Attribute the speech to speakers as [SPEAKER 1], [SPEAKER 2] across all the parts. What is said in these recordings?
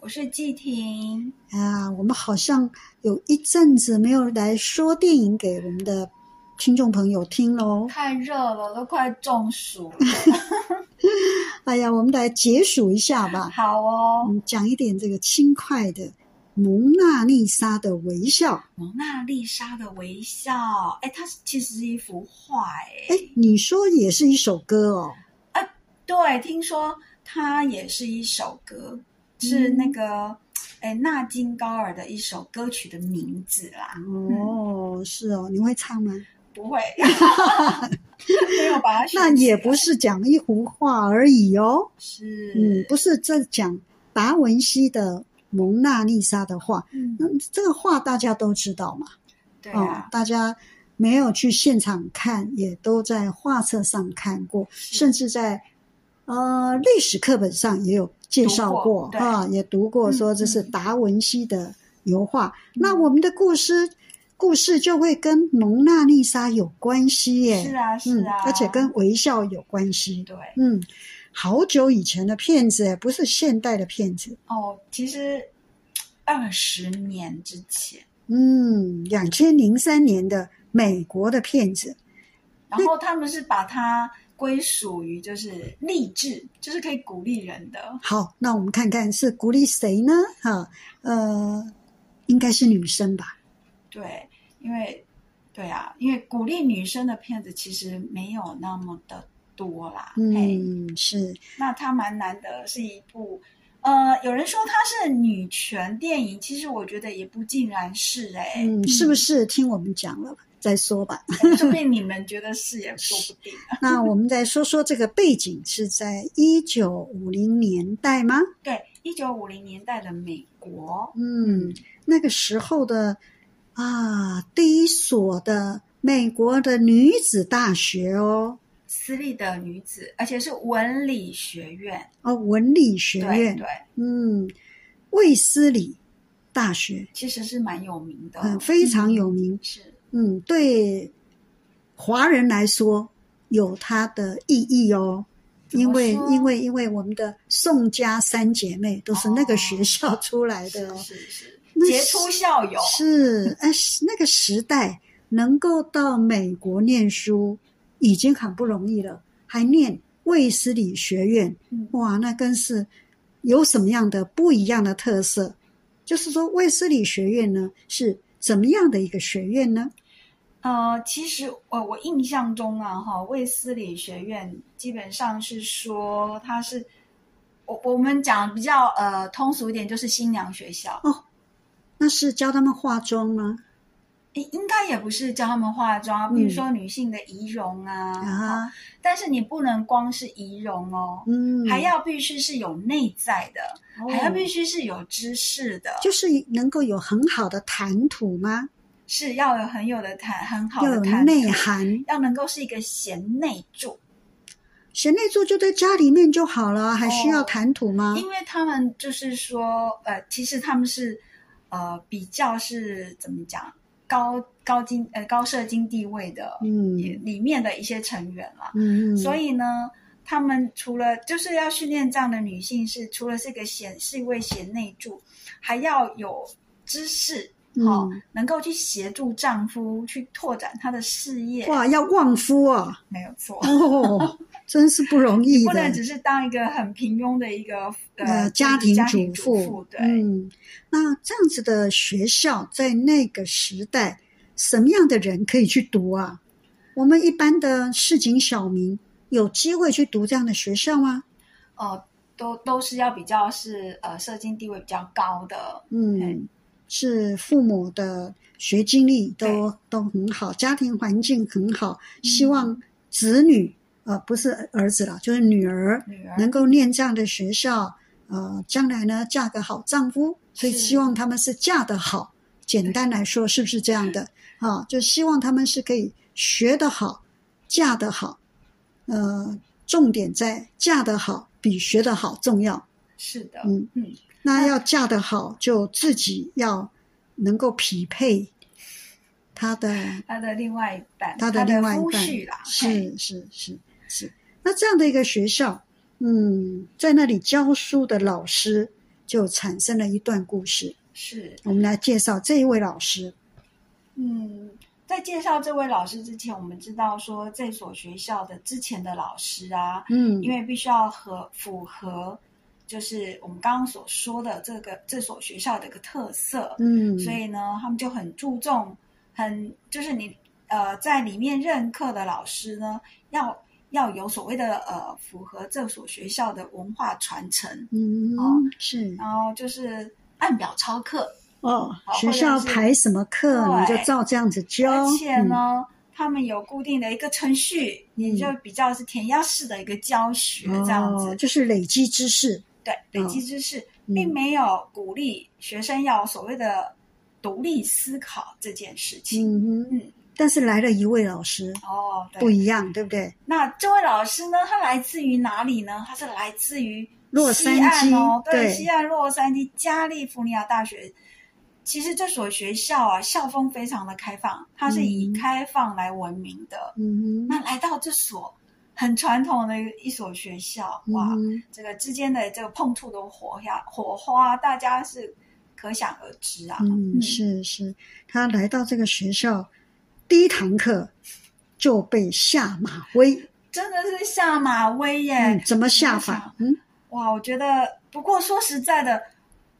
[SPEAKER 1] 我是季婷，
[SPEAKER 2] 啊。我们好像有一阵子没有来说电影给我们的听众朋友听喽。
[SPEAKER 1] 太热了，都快中暑了。
[SPEAKER 2] 哎呀，我们来解暑一下吧，
[SPEAKER 1] 好
[SPEAKER 2] 我
[SPEAKER 1] 哦，
[SPEAKER 2] 们讲一点这个轻快的《蒙娜丽莎的微笑》。
[SPEAKER 1] 蒙娜丽莎的微笑，哎，它是其实是一幅画，哎，
[SPEAKER 2] 哎，你说也是一首歌哦？
[SPEAKER 1] 对，听说它也是一首歌，是那
[SPEAKER 2] 嗯
[SPEAKER 1] 个哎纳金高尔的一首歌曲的名字啦，
[SPEAKER 2] 哦，是哦，你会唱吗？
[SPEAKER 1] 不会，没有把它学起来，
[SPEAKER 2] 那也不是讲一幅画而已哦。
[SPEAKER 1] 是，
[SPEAKER 2] 嗯，不是这讲达文西的《蒙娜丽莎》的画，
[SPEAKER 1] 嗯，
[SPEAKER 2] 那这个画大家都知道嘛，
[SPEAKER 1] 对
[SPEAKER 2] 哦
[SPEAKER 1] 啊，，
[SPEAKER 2] 大家没有去现场看，也都在画册上看过，甚至在呃历史课本上也有介绍
[SPEAKER 1] 读过对
[SPEAKER 2] 啊，也读过
[SPEAKER 1] 嗯
[SPEAKER 2] 说这是
[SPEAKER 1] 嗯
[SPEAKER 2] 达文西的油画。那我们的故事故事就会跟蒙娜丽莎有关系耶，
[SPEAKER 1] 是啊，是
[SPEAKER 2] 嗯
[SPEAKER 1] 啊，，
[SPEAKER 2] 而且跟微笑有关系。
[SPEAKER 1] 对。
[SPEAKER 2] 嗯，好久以前的片子耶，不是现代的片子。
[SPEAKER 1] 哦，其实二十年之前，
[SPEAKER 2] 嗯，两千零三年的美国的片子。
[SPEAKER 1] 然后他们是把它归属于就是励志，就是可以鼓励人的。
[SPEAKER 2] 好，那我们看看是鼓励谁呢？哈，呃，应该是女生吧。
[SPEAKER 1] 对，因为对啊，因为鼓励女生的片子其实没有那么的多啦。嘿，
[SPEAKER 2] 嗯，是
[SPEAKER 1] 那它蛮难得，是一部。呃，有人说它是女权电影，其实我觉得也不尽然是哎、
[SPEAKER 2] 嗯，是不是听我们讲 了再说吧？
[SPEAKER 1] 说不定你们觉得是也说不定啊。
[SPEAKER 2] 那我们再说说这个背景是在一九五零年代吗？
[SPEAKER 1] 对，一九五零年代的美国，
[SPEAKER 2] 嗯，那个时候的啊，第一所的美国的女子大学哦，
[SPEAKER 1] 私立的女子，而且是文理学院，
[SPEAKER 2] 哦，文理学
[SPEAKER 1] 对
[SPEAKER 2] 院，
[SPEAKER 1] 对，
[SPEAKER 2] 嗯，卫斯理大学，
[SPEAKER 1] 其实是蛮有名的，
[SPEAKER 2] 嗯，非常有
[SPEAKER 1] 嗯
[SPEAKER 2] 名，
[SPEAKER 1] 是，
[SPEAKER 2] 嗯，对华人来说有它的意义哦。
[SPEAKER 1] 怎么
[SPEAKER 2] 因为
[SPEAKER 1] 说
[SPEAKER 2] 因为因为我们的宋家三姐妹都是那个
[SPEAKER 1] 哦
[SPEAKER 2] 学校出来的哦，
[SPEAKER 1] 是是
[SPEAKER 2] 那
[SPEAKER 1] 是，杰出校友，
[SPEAKER 2] 是，哎，是那个时代能够到美国念书已经很不容易了，还念卫斯理学院，
[SPEAKER 1] 嗯
[SPEAKER 2] 哇，那更是有什么样的不一样的特色？就是说，卫斯理学院呢是怎么样的一个学院呢？
[SPEAKER 1] 呃，其实我我印象中啊，哈，卫斯理学院基本上是说它是，我我们讲比较呃通俗一点，就是新娘学校，
[SPEAKER 2] 那是教他们化妆吗？
[SPEAKER 1] 诶应该也不是教他们化妆，比
[SPEAKER 2] 嗯
[SPEAKER 1] 如说女性的仪容啊，哈
[SPEAKER 2] 啊，
[SPEAKER 1] 但是你不能光是仪容哦，
[SPEAKER 2] 嗯，
[SPEAKER 1] 还要必须是有内在的，
[SPEAKER 2] 哦
[SPEAKER 1] 还要必须是有知识的，
[SPEAKER 2] 就是能够有很好的谈吐吗？
[SPEAKER 1] 是要有很有的谈，很好
[SPEAKER 2] 要
[SPEAKER 1] 的
[SPEAKER 2] 有
[SPEAKER 1] 谈
[SPEAKER 2] 内
[SPEAKER 1] 吐，
[SPEAKER 2] 涵，
[SPEAKER 1] 要能够是一个贤内助，
[SPEAKER 2] 贤内助就在家里面就好了，还需要
[SPEAKER 1] 哦
[SPEAKER 2] 谈吐吗？
[SPEAKER 1] 因为他们就是说，呃，其实他们是呃比较是怎么讲高高经呃高社经地位的、也
[SPEAKER 2] 嗯
[SPEAKER 1] 里面的一些成员啦，
[SPEAKER 2] 嗯，
[SPEAKER 1] 所
[SPEAKER 2] 以
[SPEAKER 1] 以呢。他们除了就是要训练这样的女性是，除了是个贤是一位贤内助，还要有知识，哦，
[SPEAKER 2] 嗯
[SPEAKER 1] 能够去协助丈夫去拓展他的事业，
[SPEAKER 2] 哇，要旺夫哦，
[SPEAKER 1] 没有错。
[SPEAKER 2] 哦，真是不容易
[SPEAKER 1] 不
[SPEAKER 2] 的
[SPEAKER 1] 能。只是当一个很平庸的一个呃
[SPEAKER 2] 呃，家
[SPEAKER 1] 庭
[SPEAKER 2] 庭
[SPEAKER 1] 主
[SPEAKER 2] 妇，
[SPEAKER 1] 对，
[SPEAKER 2] 嗯，那这样子的学校在那个时代，什么样的人可以去读啊？我们一般的市井小民有机会去读这样的学校吗？
[SPEAKER 1] 呃，都都是要比较是呃社经地位比较高的，
[SPEAKER 2] 嗯
[SPEAKER 1] 嗯，
[SPEAKER 2] 是父母的学经历都
[SPEAKER 1] 对
[SPEAKER 2] 都很好，家庭环境很好，希望子女呃不是儿子啦，就是女儿
[SPEAKER 1] 女儿
[SPEAKER 2] 能够念这样的学校，呃，将来呢嫁个好丈夫，所以
[SPEAKER 1] 是
[SPEAKER 2] 希望他们是嫁得好，简单来说，是不是这样的？啊，就希望他们是可以学得好，嫁得好，呃，重点在嫁得好比学得好重要。
[SPEAKER 1] 是的，
[SPEAKER 2] 嗯
[SPEAKER 1] 嗯，
[SPEAKER 2] 那要嫁得好，就自己要能够匹配他的
[SPEAKER 1] 他的另外一半，
[SPEAKER 2] 他
[SPEAKER 1] 的
[SPEAKER 2] 另外一
[SPEAKER 1] 夫
[SPEAKER 2] 半
[SPEAKER 1] 婿啦，嘿
[SPEAKER 2] 是是是是。那这样的一个学校，嗯，在那里教书的老师就产生了一段故事。
[SPEAKER 1] 是
[SPEAKER 2] 我们来介绍这一位老师，
[SPEAKER 1] 嗯，在介绍这位老师之前，我们知道说这所学校的之前的老师啊，
[SPEAKER 2] 嗯，
[SPEAKER 1] 因为必须要合符合，就是我们刚刚所说的这个这所学校的一个特色，
[SPEAKER 2] 嗯，
[SPEAKER 1] 所以呢，他们就很注重，很就是你呃在里面任课的老师呢，要要有所谓的呃符合这所学校的文化传承，
[SPEAKER 2] 嗯
[SPEAKER 1] 哦
[SPEAKER 2] 是
[SPEAKER 1] 然后就是按表操课，
[SPEAKER 2] 哦
[SPEAKER 1] 好，
[SPEAKER 2] 学
[SPEAKER 1] 或者
[SPEAKER 2] 校
[SPEAKER 1] 是
[SPEAKER 2] 排什么课，你就
[SPEAKER 1] 对
[SPEAKER 2] 照这样子教，嗯
[SPEAKER 1] 而且呢，他们有固定的一个程序，也就比较是填鸭式的一个教学
[SPEAKER 2] 嗯，
[SPEAKER 1] 这样子，
[SPEAKER 2] 哦就是累积知识，
[SPEAKER 1] 对，累积知识，
[SPEAKER 2] 嗯
[SPEAKER 1] 并没有鼓励学生要所谓的独立思考这件事情。
[SPEAKER 2] 嗯哼
[SPEAKER 1] 嗯，
[SPEAKER 2] 但是来了一位老师
[SPEAKER 1] 哦，对，
[SPEAKER 2] 不一样，对不对？
[SPEAKER 1] 那这位老师呢？他来自于哪里呢？他是来自于
[SPEAKER 2] 洛
[SPEAKER 1] 西
[SPEAKER 2] 杉
[SPEAKER 1] 岸哦
[SPEAKER 2] 矶，
[SPEAKER 1] 对，
[SPEAKER 2] 对
[SPEAKER 1] 西岸洛杉矶加利福尼亚大学。其实这所学校啊，校风非常的开放，它是以
[SPEAKER 2] 嗯
[SPEAKER 1] 开放来闻名的。
[SPEAKER 2] 嗯哼，
[SPEAKER 1] 那来到这所很传统的一所学校，哇，
[SPEAKER 2] 嗯
[SPEAKER 1] 这个之间的这个碰触的火呀火花，大家是可想而知啊。
[SPEAKER 2] 哼，嗯，是是，他来到这个学校第一堂课就被下马威，
[SPEAKER 1] 真的是下马威耶！
[SPEAKER 2] 嗯，怎么下法？嗯
[SPEAKER 1] 哇，我觉得，不过说实在的，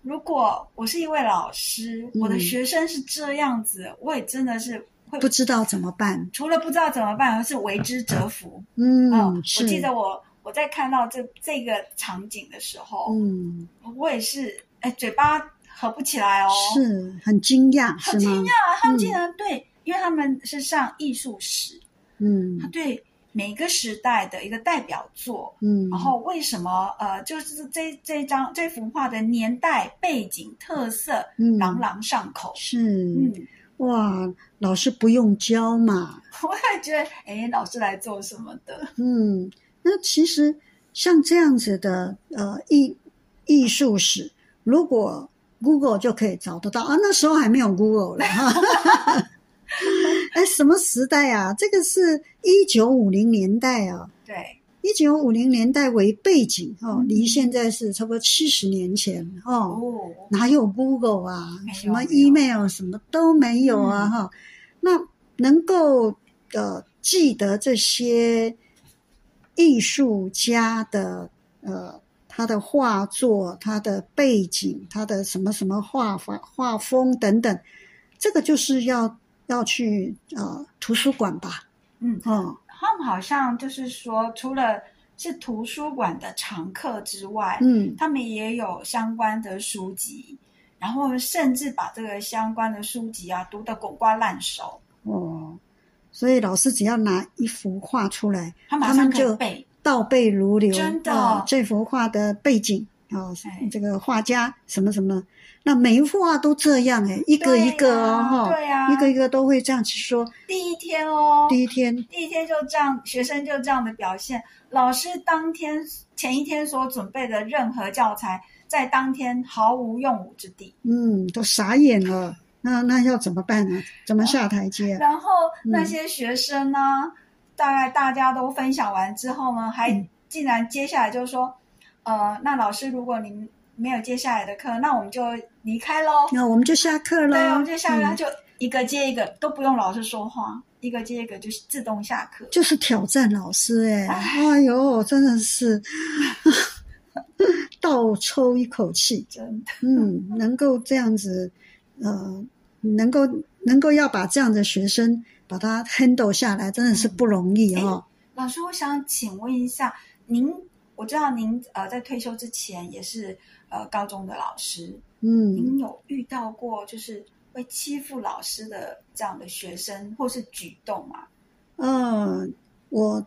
[SPEAKER 1] 如果我是一位老师，
[SPEAKER 2] 嗯
[SPEAKER 1] 我的学生是这样子，我也真的是会
[SPEAKER 2] 不知道怎么办，
[SPEAKER 1] 除了不知道怎么办，而是为之折服。
[SPEAKER 2] 嗯，
[SPEAKER 1] 哦我
[SPEAKER 2] 是，
[SPEAKER 1] 记得我我在看到这这个场景的时候，
[SPEAKER 2] 嗯，
[SPEAKER 1] 我也是哎嘴巴合不起来哦，
[SPEAKER 2] 是嗯很惊讶，
[SPEAKER 1] 好
[SPEAKER 2] 是
[SPEAKER 1] 惊
[SPEAKER 2] 吗？
[SPEAKER 1] 讶，他们竟然对，因为他们是上艺术史，他
[SPEAKER 2] 嗯
[SPEAKER 1] 对每个时代的一个代表作，
[SPEAKER 2] 嗯，
[SPEAKER 1] 然后为什么呃，就是这这张这幅画的年代背景特色
[SPEAKER 2] 嗯
[SPEAKER 1] 朗朗上口？
[SPEAKER 2] 是，
[SPEAKER 1] 嗯，
[SPEAKER 2] 哇，老师不用教嘛，
[SPEAKER 1] 我也觉得，哎，老师来做什么的？
[SPEAKER 2] 嗯，那其实像这样子的呃艺艺术史，如果 Google 就可以找得到啊，那时候还没有 Google 了哈。 哎，什么时代啊？这个是一九五零年代啊，
[SPEAKER 1] 对，
[SPEAKER 2] 一九五零年代为背景哦，
[SPEAKER 1] 嗯
[SPEAKER 2] 离现在是差不多七十年前哦。
[SPEAKER 1] 哦，
[SPEAKER 2] 哪有 Google 啊
[SPEAKER 1] 没？有
[SPEAKER 2] 什么
[SPEAKER 1] 没有嗯
[SPEAKER 2] email 什么都没有啊！哈、那能够呃记得这些艺术家的呃他的画作、他的背景、他的什么什么画法、画风等等，这个就是要要去呃图书馆吧？
[SPEAKER 1] 嗯，
[SPEAKER 2] 哦，
[SPEAKER 1] 他们好像就是说，除了是图书馆的常客之外，
[SPEAKER 2] 嗯
[SPEAKER 1] 他们也有相关的书籍，然后甚至把这个相关的书籍啊读得滚瓜烂熟，
[SPEAKER 2] 哦，所以老师只要拿一幅画出来，
[SPEAKER 1] 他马
[SPEAKER 2] 他们
[SPEAKER 1] 上可
[SPEAKER 2] 就
[SPEAKER 1] 以背。
[SPEAKER 2] 倒背如流，
[SPEAKER 1] 真的
[SPEAKER 2] 啊这幅画的背景啊
[SPEAKER 1] 哎，
[SPEAKER 2] 这个画家什么什么，那每一幅画都这样哎、一个一个哦，哈、
[SPEAKER 1] 对呀、
[SPEAKER 2] 一个一个都会这样去说。
[SPEAKER 1] 第一天哦，
[SPEAKER 2] 第一天，
[SPEAKER 1] 第一天就这样，学生就这样的表现。老师当天前一天所准备的任何教材，在当天毫无用武之地。
[SPEAKER 2] 嗯，都傻眼了，那那要怎么办呢？怎么下台阶？啊
[SPEAKER 1] 然后那些学生呢，大概大家都分享完之后呢，还
[SPEAKER 2] 嗯
[SPEAKER 1] 竟然接下来就说，呃，那老师，如果您没有接下来的课，那我们就离开喽。
[SPEAKER 2] 那我们就下课了，
[SPEAKER 1] 对，我们就下来
[SPEAKER 2] 嗯
[SPEAKER 1] 就一个接一个，都不用老师说话，一个接一个就是自动下课。
[SPEAKER 2] 就是挑战老师哎、
[SPEAKER 1] 哎
[SPEAKER 2] 哎呦，真的是 倒抽一口气。
[SPEAKER 1] 真的，
[SPEAKER 2] 嗯，能够这样子，呃，能够能够要把这样的学生把他 handle 下来，真的是不容易
[SPEAKER 1] 嗯
[SPEAKER 2] 哦。
[SPEAKER 1] 老师，我想请问一下您，我知道您呃在退休之前也是呃高中的老师，
[SPEAKER 2] 嗯，
[SPEAKER 1] 您有遇到过就是会欺负老师的这样的学生或是举动吗？
[SPEAKER 2] 呃，我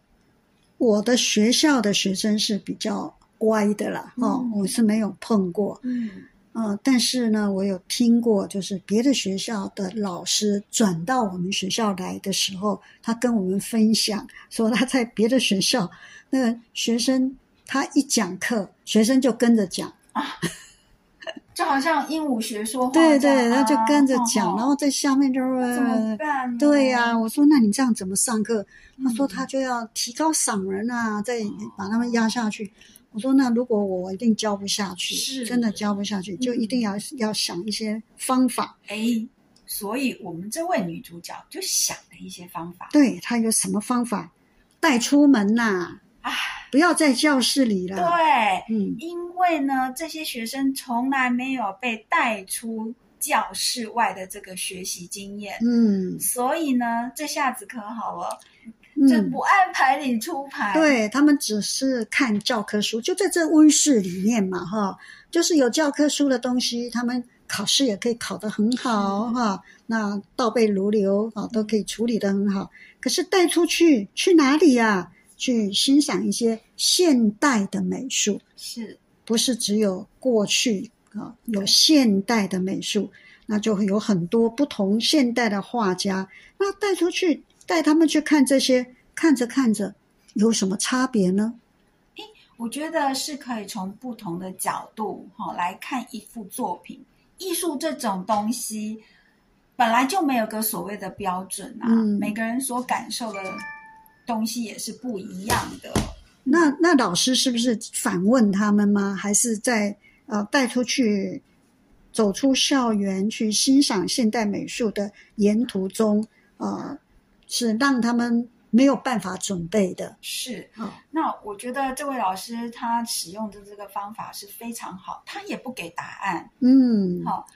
[SPEAKER 2] 我的学校的学生是比较乖的啦，哦，
[SPEAKER 1] 嗯
[SPEAKER 2] 我是没有碰过。
[SPEAKER 1] 嗯，
[SPEAKER 2] 呃，但是呢，我有听过，就是别的学校的老师转到我们学校来的时候，他跟我们分享说他在别的学校，那个学生他一讲课，学生就跟着讲，
[SPEAKER 1] 就好像鹦鹉学说话这
[SPEAKER 2] 对
[SPEAKER 1] 样，
[SPEAKER 2] 对，他就跟着
[SPEAKER 1] 啊
[SPEAKER 2] 讲，
[SPEAKER 1] 哦
[SPEAKER 2] 然后在下面就呃
[SPEAKER 1] 怎么办呢？
[SPEAKER 2] 对呀、我说那你这样怎么上课？他说
[SPEAKER 1] 嗯
[SPEAKER 2] 他就要提高嗓门啊，再把他们压下去。我说那如果我一定教不下去，
[SPEAKER 1] 是
[SPEAKER 2] 真的教不下去，就一定要、要想一些方法。
[SPEAKER 1] 哎，所以我们这位女主角就想了一些方法，
[SPEAKER 2] 对他有什么方法带出门呐、
[SPEAKER 1] 啊，
[SPEAKER 2] 不要在教室里
[SPEAKER 1] 对，
[SPEAKER 2] 了。嗯，
[SPEAKER 1] 因为呢，这些学生从来没有被带出教室外的这个学习经验，
[SPEAKER 2] 嗯
[SPEAKER 1] 所以呢，这下子可好了，这
[SPEAKER 2] 嗯
[SPEAKER 1] 不，按牌理出牌，，
[SPEAKER 2] 对他们只是看教科书，就在这温室里面嘛，哈，就是有教科书的东西，他们考试也可以考得很好，
[SPEAKER 1] 是
[SPEAKER 2] 哈，那倒背如流啊，都可以处理得很好。可是带出去去哪里呀、去欣赏一些现代的美术，
[SPEAKER 1] 是
[SPEAKER 2] 不是只有过去啊，有现代的美术，那就会有很多不同现代的画家。那带出去，带他们去看这些，看着看着有什么差别呢？
[SPEAKER 1] 我觉得是可以从不同的角度哈、哦来看一幅作品。艺术这种东西本来就没有个所谓的标准啊，
[SPEAKER 2] 嗯
[SPEAKER 1] 每个人所感受的东西也是不一样的。
[SPEAKER 2] 那那老师是不是反问他们吗？还是在呃带出去，走出校园去欣赏现代美术的沿途中，呃，是让他们没有办法准备的
[SPEAKER 1] 是，
[SPEAKER 2] 啊、
[SPEAKER 1] 那我觉得这位老师他使用的这个方法是非常好，他也不给答案。
[SPEAKER 2] 嗯，
[SPEAKER 1] 好、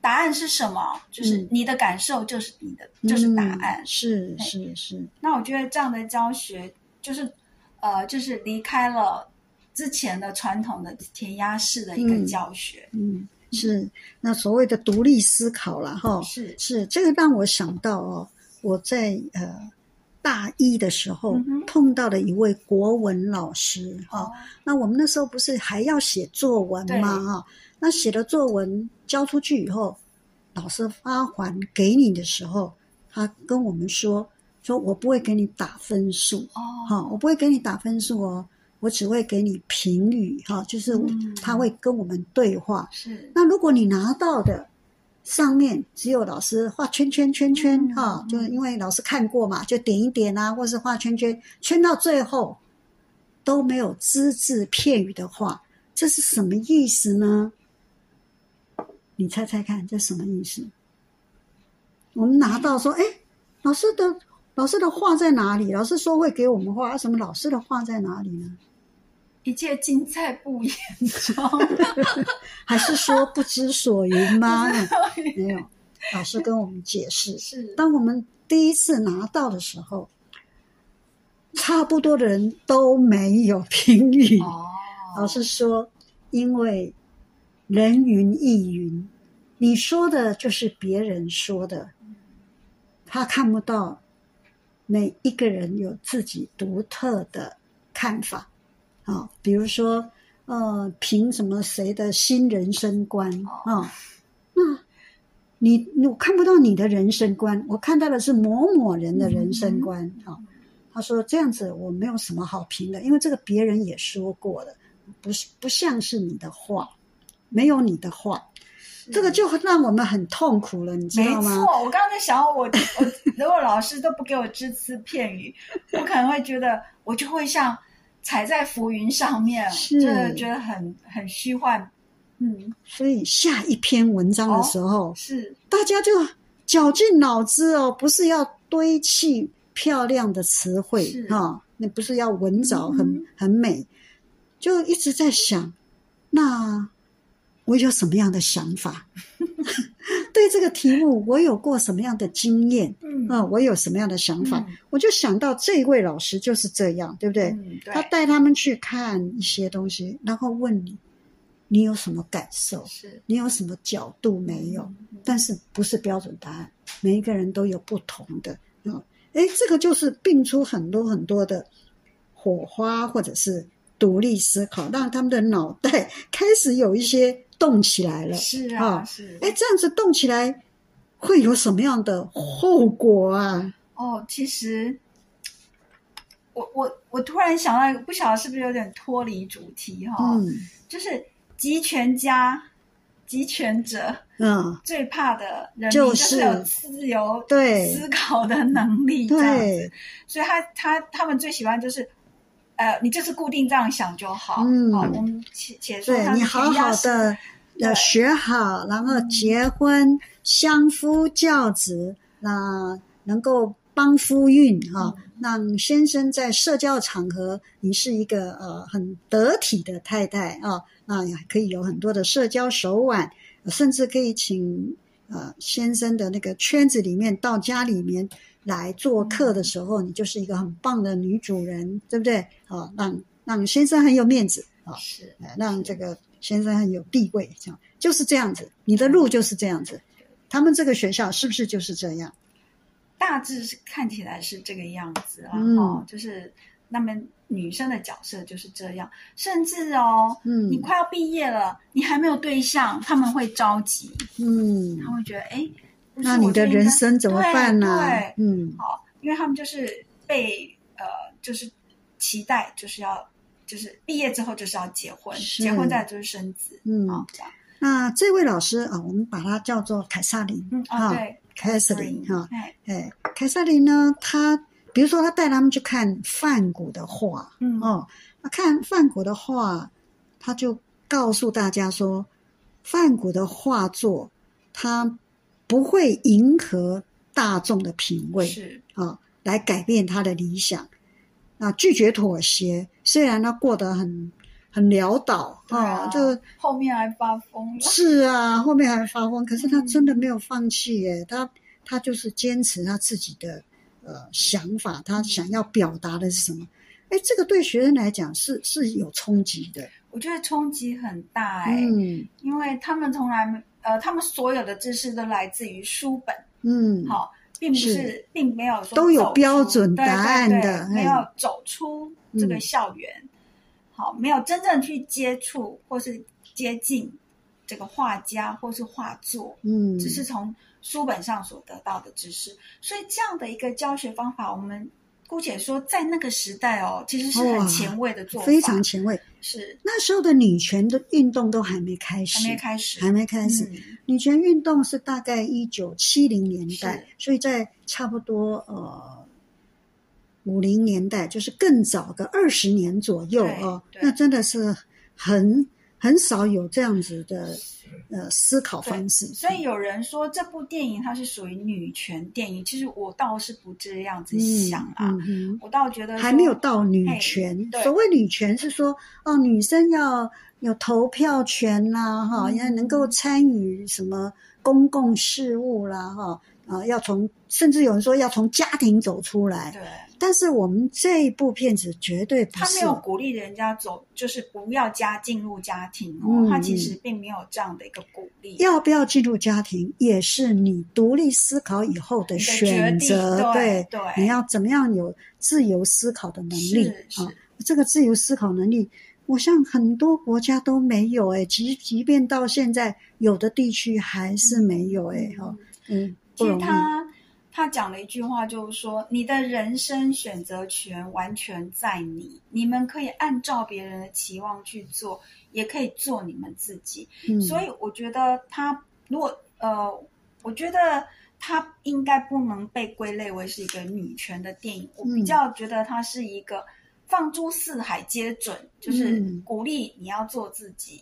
[SPEAKER 1] 答案是什么？就是
[SPEAKER 2] 嗯
[SPEAKER 1] 你的感受，就是你的，就是答案。
[SPEAKER 2] 嗯是
[SPEAKER 1] 对
[SPEAKER 2] 是是，
[SPEAKER 1] 那我觉得这样的教学，就是呃，就是离开了之前的传统的填鸭式的一个
[SPEAKER 2] 嗯
[SPEAKER 1] 教学，
[SPEAKER 2] 嗯，是那所谓的独立思考了哈。
[SPEAKER 1] 是，
[SPEAKER 2] 是这个让我想到哦，我在呃大一的时候
[SPEAKER 1] 嗯哼
[SPEAKER 2] 碰到的一位国文老师哈、
[SPEAKER 1] 哦，
[SPEAKER 2] 那我们那时候不是还要写作文
[SPEAKER 1] 对
[SPEAKER 2] 吗？哈、那写了作文交出去以后，老师发还给你的时候，他跟我们说，说我不会给你打分数，
[SPEAKER 1] 哦，
[SPEAKER 2] 好、我不会给你打分数哦，我只会给你评语哈、就是我
[SPEAKER 1] 嗯
[SPEAKER 2] 他会跟我们对话。
[SPEAKER 1] 是，
[SPEAKER 2] 那如果你拿到的上面只有老师画圈圈圈圈
[SPEAKER 1] 嗯
[SPEAKER 2] 哈、
[SPEAKER 1] 嗯
[SPEAKER 2] 就是因为老师看过嘛，就点一点啊，或是画圈圈圈到最后都没有只字片语的话，这是什么意思呢？你猜猜看，这什么意思？我们拿到说，哎，老师的老师的画在哪里？老师说会给我们画，啊什么老师的画在哪里呢？
[SPEAKER 1] 一切尽在不言中，
[SPEAKER 2] 还是说不知所云吗？嗯没有，老师跟我们解释，
[SPEAKER 1] 是，
[SPEAKER 2] 当我们第一次拿到的时候，差不多的人都没有评语。
[SPEAKER 1] 哦，
[SPEAKER 2] 老师说，因为人云亦云，你说的就是别人说的，他看不到每一个人有自己独特的看法啊、比如说，呃，凭什么谁的新人生观啊、那你我看不到你的人生观，我看到的是某某人的人生观啊、他说这样子我没有什么好评的，因为这个别人也说过了，不是不像是你的话，没有你的话，
[SPEAKER 1] 是
[SPEAKER 2] 这个就让我们很痛苦了，你知
[SPEAKER 1] 没
[SPEAKER 2] 道吗？
[SPEAKER 1] 错，我刚刚在想，我我如果老师都不给我只字片语， 我可能会觉得我就会像踩在浮云上面，
[SPEAKER 2] 是
[SPEAKER 1] 就是觉得很很虚幻。嗯，
[SPEAKER 2] 所以下一篇文章的时候，
[SPEAKER 1] 是
[SPEAKER 2] 大家就绞尽脑汁哦，不是要堆砌漂亮的词汇
[SPEAKER 1] 是
[SPEAKER 2] 哈、那不是要文藻很、
[SPEAKER 1] 嗯
[SPEAKER 2] 很美，就一直在想，那我有什么样的想法？ 对这个题目，我有过什么样的经验？
[SPEAKER 1] 嗯
[SPEAKER 2] 嗯，我有什么样的想法？
[SPEAKER 1] 嗯
[SPEAKER 2] 我就想到这位老师就是这样，对不对？
[SPEAKER 1] 嗯，对
[SPEAKER 2] 他，带他们去看一些东西，然后问你，你有什么感受？
[SPEAKER 1] 是
[SPEAKER 2] 你有什么角度没有？
[SPEAKER 1] 嗯嗯
[SPEAKER 2] 但是不是标准答案，每一个人都有不同的啊。哎、这个就是并出很多很多的 火花，或者是独立思考，让他们的脑袋开始有一些动起来了。
[SPEAKER 1] 是
[SPEAKER 2] 啊
[SPEAKER 1] 啊，是。
[SPEAKER 2] 哎，这样子动起来会有什么样的后果啊？
[SPEAKER 1] 哦，其实我我我突然想到一个，不晓得是不是有点脱离主题哈、
[SPEAKER 2] 嗯
[SPEAKER 1] 就是集权家、集权者
[SPEAKER 2] 嗯，
[SPEAKER 1] 最怕的人民
[SPEAKER 2] 就
[SPEAKER 1] 就是
[SPEAKER 2] 是
[SPEAKER 1] 有自由
[SPEAKER 2] 对
[SPEAKER 1] 思考的能力，这样子。
[SPEAKER 2] 对，
[SPEAKER 1] 所以他他他们最喜欢就是，呃，你就是固定这样想就好。
[SPEAKER 2] 嗯
[SPEAKER 1] 哦、我们且且说
[SPEAKER 2] 对
[SPEAKER 1] 他们
[SPEAKER 2] 你好
[SPEAKER 1] 填
[SPEAKER 2] 好
[SPEAKER 1] 鸭式
[SPEAKER 2] 的要
[SPEAKER 1] 对
[SPEAKER 2] 学好，然后
[SPEAKER 1] 嗯
[SPEAKER 2] 结婚、相夫教子，那能够帮夫运啊，
[SPEAKER 1] 嗯
[SPEAKER 2] 让先生在社交场合你是一个呃很得体的太太啊，那也可以有很多的社交手腕，甚至可以请呃先生的那个圈子里面到家里面来做
[SPEAKER 1] 嗯
[SPEAKER 2] 客的时候，你就是一个很棒的女主人，对不对？啊，让让先生很有面子啊。
[SPEAKER 1] 是
[SPEAKER 2] 呃让这个先生很有地位，这样就是这样子，你的路就是这样子。他们这个学校是不是就是这样？
[SPEAKER 1] 大致是看起来是这个样子啦，
[SPEAKER 2] 嗯
[SPEAKER 1] 哦，就是那么女生的角色就是这样，甚至哦，
[SPEAKER 2] 嗯
[SPEAKER 1] 你快要毕业了，你还没有对象，他们会着急，
[SPEAKER 2] 嗯，
[SPEAKER 1] 他会觉得哎，不是
[SPEAKER 2] 那你
[SPEAKER 1] 我就
[SPEAKER 2] 的
[SPEAKER 1] 应该
[SPEAKER 2] 人生怎么办呢、
[SPEAKER 1] 对，对
[SPEAKER 2] 嗯，
[SPEAKER 1] 好，因为他们就是被呃，就是期待就是要就是毕业之后就是要结婚，
[SPEAKER 2] 是
[SPEAKER 1] 结婚再就是生子，
[SPEAKER 2] 嗯
[SPEAKER 1] 哦，这样，
[SPEAKER 2] 那这位老师啊，我们把她叫做凯撒琳，
[SPEAKER 1] 嗯，
[SPEAKER 2] 啊
[SPEAKER 1] 哦，对，
[SPEAKER 2] 凯瑟琳哈，
[SPEAKER 1] 哎，
[SPEAKER 2] 哎，凯撒琳呢，她比如说她带他们去看梵谷的画，
[SPEAKER 1] 嗯，
[SPEAKER 2] 哦，那看梵谷的画，他就告诉大家说，梵谷的画作，它不会迎合大众的品味
[SPEAKER 1] 是，
[SPEAKER 2] 啊、来改变他的理想，啊，拒绝妥协。虽然他过得很很潦倒
[SPEAKER 1] 对啊
[SPEAKER 2] 啊，就
[SPEAKER 1] 后面还发疯了，
[SPEAKER 2] 是啊，后面还发疯，可是他
[SPEAKER 1] 嗯
[SPEAKER 2] 真的没有放弃耶，他他就是坚持他自己的呃想法，他想要表达的是什么？哎，这个对学生来讲是是有冲击的，
[SPEAKER 1] 我觉得冲击很大哎、
[SPEAKER 2] 嗯
[SPEAKER 1] 因为他们从来没呃，他们所有的知识都来自于书本，
[SPEAKER 2] 嗯，
[SPEAKER 1] 好、并不是，
[SPEAKER 2] 是
[SPEAKER 1] 并没有说
[SPEAKER 2] 都有
[SPEAKER 1] 走出
[SPEAKER 2] 标准
[SPEAKER 1] 对
[SPEAKER 2] 答案
[SPEAKER 1] 对对
[SPEAKER 2] 的
[SPEAKER 1] 没
[SPEAKER 2] 嘿
[SPEAKER 1] 有走出这个
[SPEAKER 2] 嗯
[SPEAKER 1] 校园，好、没有真正去接触或是接近这个画家或是画作，
[SPEAKER 2] 嗯，
[SPEAKER 1] 只是从书本上所得到的知识，所以这样的一个教学方法，我们姑且说，在那个时代哦，其实是
[SPEAKER 2] 哇
[SPEAKER 1] 很前卫的做法，
[SPEAKER 2] 非常前卫。
[SPEAKER 1] 是
[SPEAKER 2] 那时候的女权的运动都还没开
[SPEAKER 1] 还
[SPEAKER 2] 始，
[SPEAKER 1] 没开始，
[SPEAKER 2] 还没开始。
[SPEAKER 1] 嗯
[SPEAKER 2] 女权运动是大概一九七零年代
[SPEAKER 1] 是，
[SPEAKER 2] 所以在差不多呃五零年代，就是更早个二十年左右
[SPEAKER 1] 对
[SPEAKER 2] 哦。
[SPEAKER 1] 对
[SPEAKER 2] 那真的是很很少有这样子的呃思考方式。
[SPEAKER 1] 所以有人说这部电影它是属于女权电影，其实我倒是不这样子
[SPEAKER 2] 嗯
[SPEAKER 1] 想啊，
[SPEAKER 2] 嗯哼
[SPEAKER 1] 我倒觉得说
[SPEAKER 2] 还没有到女
[SPEAKER 1] 嘿
[SPEAKER 2] 权。
[SPEAKER 1] 对
[SPEAKER 2] 所谓女权是说，哦，女生要有投票权啦，哈、
[SPEAKER 1] 嗯
[SPEAKER 2] 要能够参与什么公共事务啦，哈，啊，要从甚至有人说要从家庭走出来。
[SPEAKER 1] 对，
[SPEAKER 2] 但是我们这一部片子绝对不
[SPEAKER 1] 他
[SPEAKER 2] 是，
[SPEAKER 1] 没有鼓励人家走，就是不要加进入家庭哦，
[SPEAKER 2] 嗯
[SPEAKER 1] 他其实并没有这样的一个鼓励。
[SPEAKER 2] 要不要进入家庭，也是你独立思考以后的
[SPEAKER 1] 你的
[SPEAKER 2] 选
[SPEAKER 1] 决定
[SPEAKER 2] 择。
[SPEAKER 1] 对对
[SPEAKER 2] 你要怎么样有自由思考的能力
[SPEAKER 1] 是是
[SPEAKER 2] 啊？这个自由思考能力，我像很多国家都没有哎、即即便到现在，有的地区还是没有哎、哈、嗯，不
[SPEAKER 1] 其实
[SPEAKER 2] 容易，
[SPEAKER 1] 他他讲了一句话，就是说你的人生选择权完全在你，你们可以按照别人的期望去做，也可以做你们自己。
[SPEAKER 2] 嗯，
[SPEAKER 1] 所以我觉得他如果呃，我觉得他应该不能被归类为是一个女权的电影，我比
[SPEAKER 2] 嗯
[SPEAKER 1] 较觉得它是一个放诸四海皆准，就是
[SPEAKER 2] 嗯
[SPEAKER 1] 鼓励你要做自己，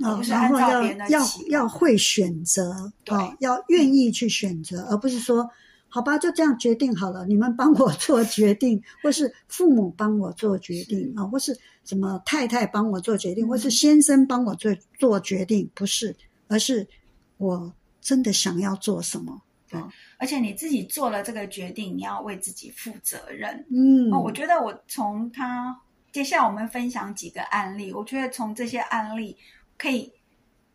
[SPEAKER 1] 而
[SPEAKER 2] 啊
[SPEAKER 1] 不，是
[SPEAKER 2] 然
[SPEAKER 1] 按
[SPEAKER 2] 后
[SPEAKER 1] 照
[SPEAKER 2] 要
[SPEAKER 1] 别人的
[SPEAKER 2] 要
[SPEAKER 1] 期
[SPEAKER 2] 要
[SPEAKER 1] 望
[SPEAKER 2] 会选择
[SPEAKER 1] 对嗯
[SPEAKER 2] 啊，要愿意去选择，而不是说好吧，就这样决定好了，你们帮我做决 定，或是父母帮我做决定啊，或是什么太太帮我做决定，或是
[SPEAKER 1] 嗯
[SPEAKER 2] 先生帮我做做决定，不是，而是我真的想要做什么。
[SPEAKER 1] 而且你自己做了这个决定，你要为自己负责任。
[SPEAKER 2] 嗯，
[SPEAKER 1] 哦，我觉得我从他接下来我们分享几个案例，我觉得从这些案例可以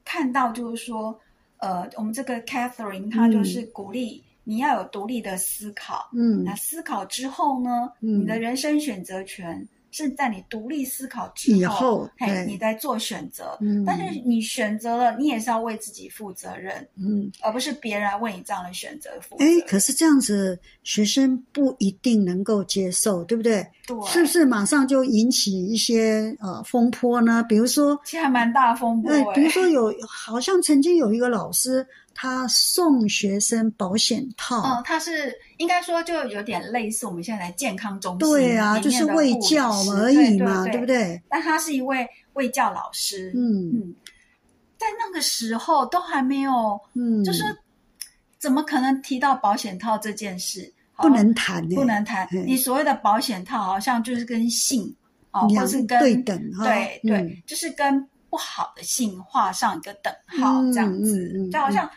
[SPEAKER 1] 看到，就是说，呃，我们这个 Catherine 她就是鼓励你要有独立的思考，
[SPEAKER 2] 嗯
[SPEAKER 1] 那思考之后呢，
[SPEAKER 2] 嗯
[SPEAKER 1] 你的人生选择权是在你独立思考之后，
[SPEAKER 2] 以后
[SPEAKER 1] 嘿
[SPEAKER 2] 对
[SPEAKER 1] 你在做选择。
[SPEAKER 2] 嗯
[SPEAKER 1] 但是你选择了，你也是要为自己负责任，
[SPEAKER 2] 嗯，
[SPEAKER 1] 而不是别人来为你这样的选择负责。
[SPEAKER 2] 哎，可是这样子学生不一定能够接受，对不对？
[SPEAKER 1] 对，
[SPEAKER 2] 是不是马上就引起一些呃风波呢？比如说，
[SPEAKER 1] 其实还蛮大风波、
[SPEAKER 2] 哎
[SPEAKER 1] 哎，
[SPEAKER 2] 比如说有好像曾经有一个老师，他送学生保险套，
[SPEAKER 1] 嗯，它是应该说就有点类似我们现在的健康中心，
[SPEAKER 2] 对啊，就是卫教而已嘛，
[SPEAKER 1] 对
[SPEAKER 2] 不
[SPEAKER 1] 对？
[SPEAKER 2] 对？
[SPEAKER 1] 但他是一位卫教老师，
[SPEAKER 2] 嗯
[SPEAKER 1] 嗯，在那个时候都还没有，
[SPEAKER 2] 嗯，
[SPEAKER 1] 就是怎么可能提到保险套这件事？好
[SPEAKER 2] 不能谈、欸，
[SPEAKER 1] 哦不能谈，
[SPEAKER 2] 嗯
[SPEAKER 1] 你所谓的保险套好像就是跟性哦，
[SPEAKER 2] 两
[SPEAKER 1] 或是跟
[SPEAKER 2] 对等哈
[SPEAKER 1] 对对、
[SPEAKER 2] 嗯
[SPEAKER 1] 就是跟不好的性画上一个等号
[SPEAKER 2] 嗯
[SPEAKER 1] 这样子，
[SPEAKER 2] 嗯嗯
[SPEAKER 1] 就好像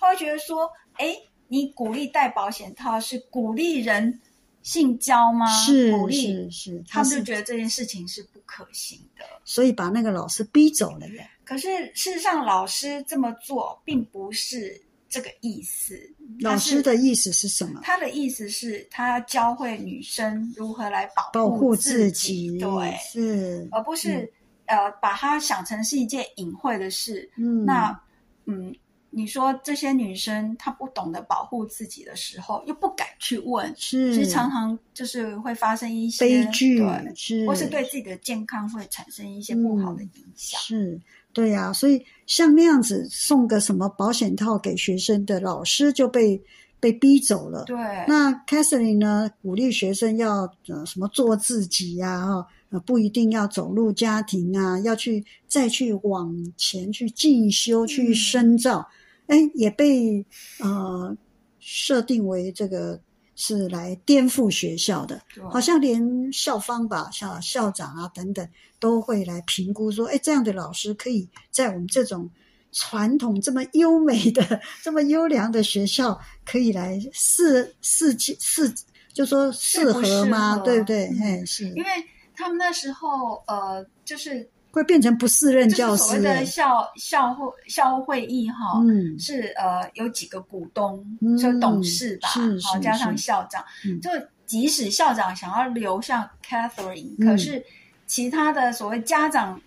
[SPEAKER 1] 他会觉得说，哎，你鼓励戴保险套是鼓励人性交吗？
[SPEAKER 2] 是
[SPEAKER 1] 鼓励，
[SPEAKER 2] 是是，
[SPEAKER 1] 他们
[SPEAKER 2] 是
[SPEAKER 1] 就觉得这件事情是不可行的。
[SPEAKER 2] 所以把那个老师逼走了耶，
[SPEAKER 1] 可是事实上，老师这么做并不是这个意思，
[SPEAKER 2] 老师的意思是什么？
[SPEAKER 1] 他的意思是，他教会女生如何来保
[SPEAKER 2] 保护
[SPEAKER 1] 自
[SPEAKER 2] 自己，嗯
[SPEAKER 1] 对，
[SPEAKER 2] 是，
[SPEAKER 1] 而不是、呃把它想成是一件隐晦的事。
[SPEAKER 2] 嗯，
[SPEAKER 1] 那嗯，你说这些女生她不懂得保护自己的时候，又不敢去问，
[SPEAKER 2] 是
[SPEAKER 1] 其实常常就是会发生一
[SPEAKER 2] 嗯
[SPEAKER 1] 些
[SPEAKER 2] 悲剧，嗯
[SPEAKER 1] 对，
[SPEAKER 2] 是，
[SPEAKER 1] 或是对自己的健康会产生一些不好
[SPEAKER 2] 嗯
[SPEAKER 1] 的影响。
[SPEAKER 2] 是，对呀、所以像那样子送个什么保险套给学生的老师就被被逼走了。
[SPEAKER 1] 对，
[SPEAKER 2] 那 Catherine 呢，鼓励学生要呃什么做自己呀、啊，哈，呃不一定要走入家庭啊，要去再去往前去进修、去
[SPEAKER 1] 嗯
[SPEAKER 2] 深造，哎、也被呃设定为这个是来颠覆学校的。
[SPEAKER 1] 对
[SPEAKER 2] 好像连校方吧、校校长啊等等都会来评估说，哎，这样的老师可以在我们这种传统这么优美的、 这么优良的学校，可以来试试进试，就说适
[SPEAKER 1] 不适
[SPEAKER 2] 合吗？
[SPEAKER 1] 合
[SPEAKER 2] 对不对？
[SPEAKER 1] 嗯
[SPEAKER 2] 哎、是
[SPEAKER 1] 因为他们那时候呃，就是
[SPEAKER 2] 会变成不适任
[SPEAKER 1] 就
[SPEAKER 2] 教
[SPEAKER 1] 是所
[SPEAKER 2] 师
[SPEAKER 1] 谓
[SPEAKER 2] 了、
[SPEAKER 1] 的校校会校会议哈，
[SPEAKER 2] 嗯，
[SPEAKER 1] 是呃有几个股东，
[SPEAKER 2] 嗯
[SPEAKER 1] 就董事吧，
[SPEAKER 2] 是
[SPEAKER 1] 好
[SPEAKER 2] 是
[SPEAKER 1] 加上
[SPEAKER 2] 是
[SPEAKER 1] 校长，
[SPEAKER 2] 嗯
[SPEAKER 1] 就即使校长想要留下 Catherine，、
[SPEAKER 2] 嗯
[SPEAKER 1] 可是其他的所谓家长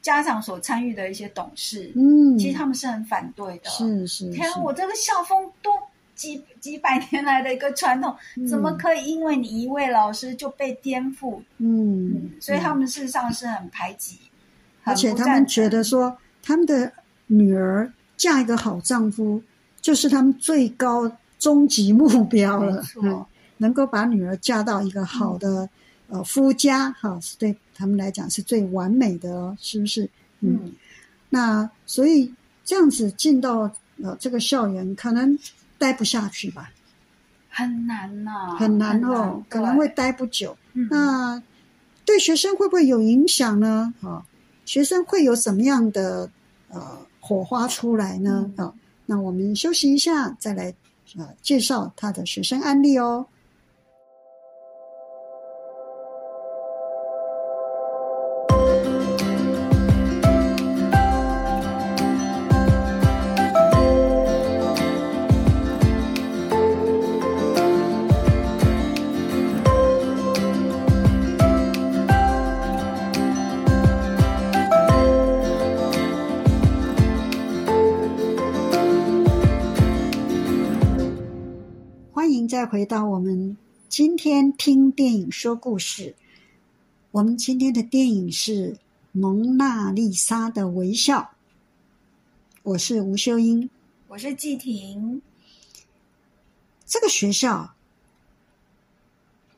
[SPEAKER 1] 家长所参与的一些董事，
[SPEAKER 2] 嗯，
[SPEAKER 1] 其实他们是很反对的。
[SPEAKER 2] 是是
[SPEAKER 1] 天啊，
[SPEAKER 2] 是
[SPEAKER 1] 我这个校风多几几百年来的一个传统，怎么
[SPEAKER 2] 嗯
[SPEAKER 1] 可以因为你一位老师就被颠覆？
[SPEAKER 2] 嗯嗯
[SPEAKER 1] 嗯，，所以他们事实上是很排挤，
[SPEAKER 2] 而
[SPEAKER 1] 很
[SPEAKER 2] 且
[SPEAKER 1] 不
[SPEAKER 2] 他
[SPEAKER 1] 赞
[SPEAKER 2] 们觉
[SPEAKER 1] 成
[SPEAKER 2] 得说，他们的女儿嫁一个好丈夫，就是他们最高终极目标
[SPEAKER 1] 没
[SPEAKER 2] 了。
[SPEAKER 1] 错嗯
[SPEAKER 2] 嗯，能够把女儿嫁到一个好的、呃夫家，哈，是对他们来讲是最完美的哦，是不是？
[SPEAKER 1] 嗯。
[SPEAKER 2] 那所以这样子进到呃这个校园，可能待不下去吧，
[SPEAKER 1] 很难呐、
[SPEAKER 2] 很难哦，可能会
[SPEAKER 1] 啊对
[SPEAKER 2] 待不久。
[SPEAKER 1] 嗯
[SPEAKER 2] 那对学生会不会有影响呢？啊、
[SPEAKER 1] 哦
[SPEAKER 2] 学生会有什么样的呃火花出来呢？啊、
[SPEAKER 1] 嗯
[SPEAKER 2] 那我们休息一下，再来呃介绍他的学生案例哦。欢迎再回到我们今天听电影说故事。我们今天的电影是《蒙娜丽莎的微笑》，我是吴秀英。
[SPEAKER 1] 我是季婷，
[SPEAKER 2] 这个学校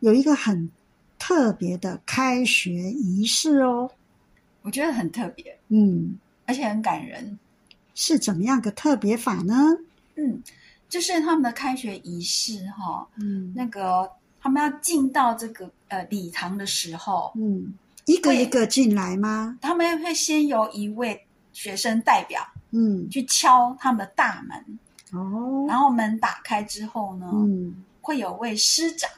[SPEAKER 2] 有一个很特别的开学仪式哦，
[SPEAKER 1] 我觉得很特别，
[SPEAKER 2] 嗯，
[SPEAKER 1] 而且很感人。
[SPEAKER 2] 是怎么样个特别法呢？
[SPEAKER 1] 嗯，就是他们的开学仪式哈、
[SPEAKER 2] 嗯
[SPEAKER 1] 那个他们要进到这个呃礼堂的时候，
[SPEAKER 2] 嗯，一个
[SPEAKER 1] 会
[SPEAKER 2] 一个进来吗？
[SPEAKER 1] 他们会先由一位学生代表
[SPEAKER 2] 嗯，
[SPEAKER 1] 去敲他们的大门，
[SPEAKER 2] 哦，
[SPEAKER 1] 然后门打开之后呢，
[SPEAKER 2] 嗯，
[SPEAKER 1] 会有位师长，